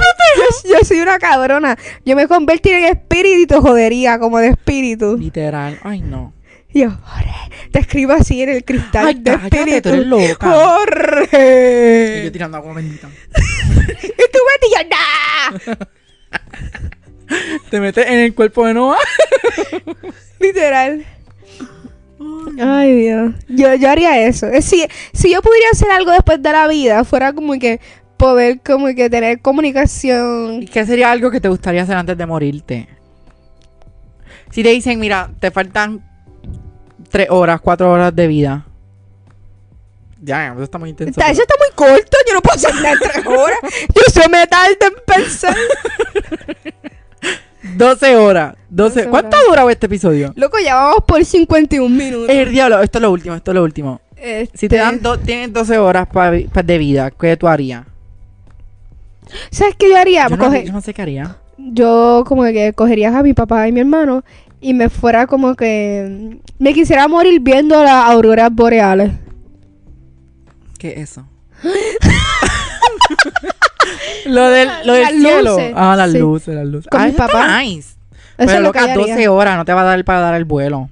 [SPEAKER 1] Yo, yo soy una cabrona. Yo me convertiría en espíritu y te jodería como de espíritu.
[SPEAKER 2] Literal. Ay, no.
[SPEAKER 1] Y yo, "Jorge", te escribo así en el cristal
[SPEAKER 2] Ay,
[SPEAKER 1] de
[SPEAKER 2] cállate,
[SPEAKER 1] espíritu.
[SPEAKER 2] tú eres loca. Y
[SPEAKER 1] ¡Jorge!
[SPEAKER 2] yo tirando agua bendita.
[SPEAKER 1] Y tú vete y yo, "Nah".
[SPEAKER 2] Te metes en el cuerpo de Noah.
[SPEAKER 1] Literal. Ay, Dios. Yo, yo haría eso. Eh, Si, si yo pudiera hacer algo después de la vida, fuera como que poder como que tener comunicación.
[SPEAKER 2] ¿Y qué sería algo que te gustaría hacer antes de morirte? Si te dicen, mira, te faltan tres horas, cuatro horas de vida. Ya, eso está muy intenso.
[SPEAKER 1] Está- eso
[SPEAKER 2] pero-
[SPEAKER 1] está muy corto, yo no puedo hacer nada en tres horas. Yo se me tardo en pensar.
[SPEAKER 2] 12 horas. 12...
[SPEAKER 1] 12
[SPEAKER 2] ¿Cuánto
[SPEAKER 1] horas.
[SPEAKER 2] duraba este episodio?
[SPEAKER 1] Loco, ya vamos por 51 minutos.
[SPEAKER 2] El diablo, esto es lo último, esto es lo último.
[SPEAKER 1] Este,
[SPEAKER 2] Eh, Si te dan do- tienes 12 horas pa- pa- de vida, ¿qué tú harías?
[SPEAKER 1] ¿Sabes qué yo haría?
[SPEAKER 2] Yo no,
[SPEAKER 1] pues Coge-
[SPEAKER 2] yo no sé qué haría.
[SPEAKER 1] yo como que cogería a mi papá y mi hermano y me fuera como que mm, me quisiera morir viendo las auroras boreales.
[SPEAKER 2] ¿Qué es eso? lo del, lo del
[SPEAKER 1] Las
[SPEAKER 2] cielo.
[SPEAKER 1] luces.
[SPEAKER 2] Ah, las
[SPEAKER 1] Sí.
[SPEAKER 2] luces, las luces.
[SPEAKER 1] Con
[SPEAKER 2] ah,
[SPEAKER 1] mi
[SPEAKER 2] eso está
[SPEAKER 1] papá.
[SPEAKER 2] nice.
[SPEAKER 1] Eso
[SPEAKER 2] Pero
[SPEAKER 1] es lo que
[SPEAKER 2] loca,
[SPEAKER 1] yo haría.
[SPEAKER 2] 12 horas no te va a dar para dar el vuelo.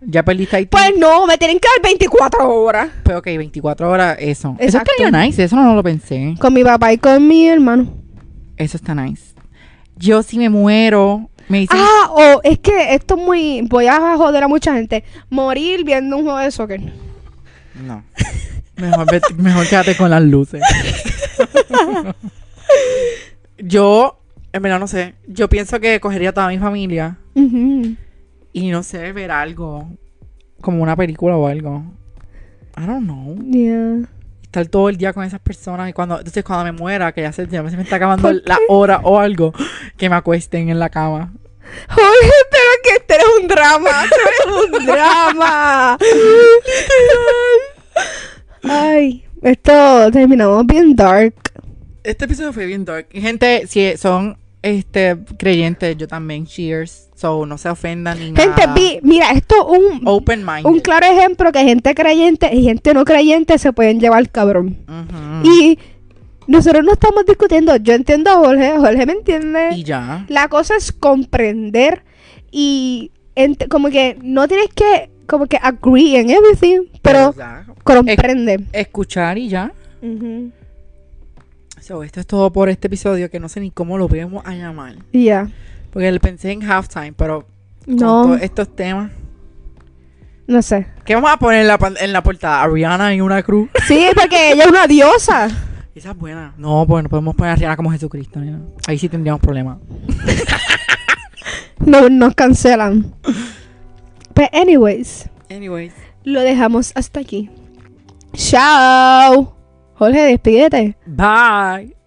[SPEAKER 2] Ya perdiste ahí. tu-
[SPEAKER 1] Pues no, me tienen que dar 24 horas.
[SPEAKER 2] Pues ok, 24 horas, eso. Eso
[SPEAKER 1] Exacto.
[SPEAKER 2] estaría nice, eso no lo pensé.
[SPEAKER 1] Con mi papá y con mi hermano.
[SPEAKER 2] Eso está nice. Yo si me muero, me dicen...
[SPEAKER 1] Ah, o es que esto es muy... Voy a joder a mucha gente. Morir viendo un juego de soccer.
[SPEAKER 2] No. Mejor, vete- mejor quédate con las luces. yo, en verdad no sé, yo pienso que cogería a toda mi familia
[SPEAKER 1] Ujú.
[SPEAKER 2] y no sé, ver algo, como una película o algo. I don't know.
[SPEAKER 1] Yeah.
[SPEAKER 2] estar todo el día con esas personas y cuando entonces cuando me muera que ya se, ya se me está acabando la hora o algo que me acuesten en la cama
[SPEAKER 1] Jorge, pero que este eres un drama. Tú eres un drama. Ay, esto terminamos bien dark.
[SPEAKER 2] este episodio fue bien dark Y, gente si son este creyentes yo también cheers so no se ofendan ni
[SPEAKER 1] Gente,
[SPEAKER 2] nada
[SPEAKER 1] vi- mira, esto es un,
[SPEAKER 2] open mind
[SPEAKER 1] un claro ejemplo que gente creyente y gente no creyente se pueden llevar cabrón.
[SPEAKER 2] Mm.
[SPEAKER 1] Y nosotros no estamos discutiendo. Yo entiendo a Jorge, Jorge me entiende.
[SPEAKER 2] y ya
[SPEAKER 1] La cosa es comprender y ent- como que no tienes que como que agree en everything, pero
[SPEAKER 2] Ya.
[SPEAKER 1] comprende.
[SPEAKER 2] escuchar y ya
[SPEAKER 1] Ujú.
[SPEAKER 2] so esto es todo por este episodio que no sé ni cómo lo vamos a llamar
[SPEAKER 1] Y ya.
[SPEAKER 2] porque le pensé en halftime pero con
[SPEAKER 1] No,
[SPEAKER 2] todos estos temas
[SPEAKER 1] no sé.
[SPEAKER 2] ¿Qué vamos a poner en la, pan- en la portada? ¿A Rihanna y una cruz.
[SPEAKER 1] Sí, porque ella es una diosa.
[SPEAKER 2] Esa es buena. No, pues no podemos poner a Rihanna como Jesucristo. nena. Ahí sí tendríamos problemas.
[SPEAKER 1] No, nos cancelan. Pero anyways,
[SPEAKER 2] Anyways.
[SPEAKER 1] lo dejamos hasta aquí. Chao. Jorge, despídete.
[SPEAKER 2] Bye.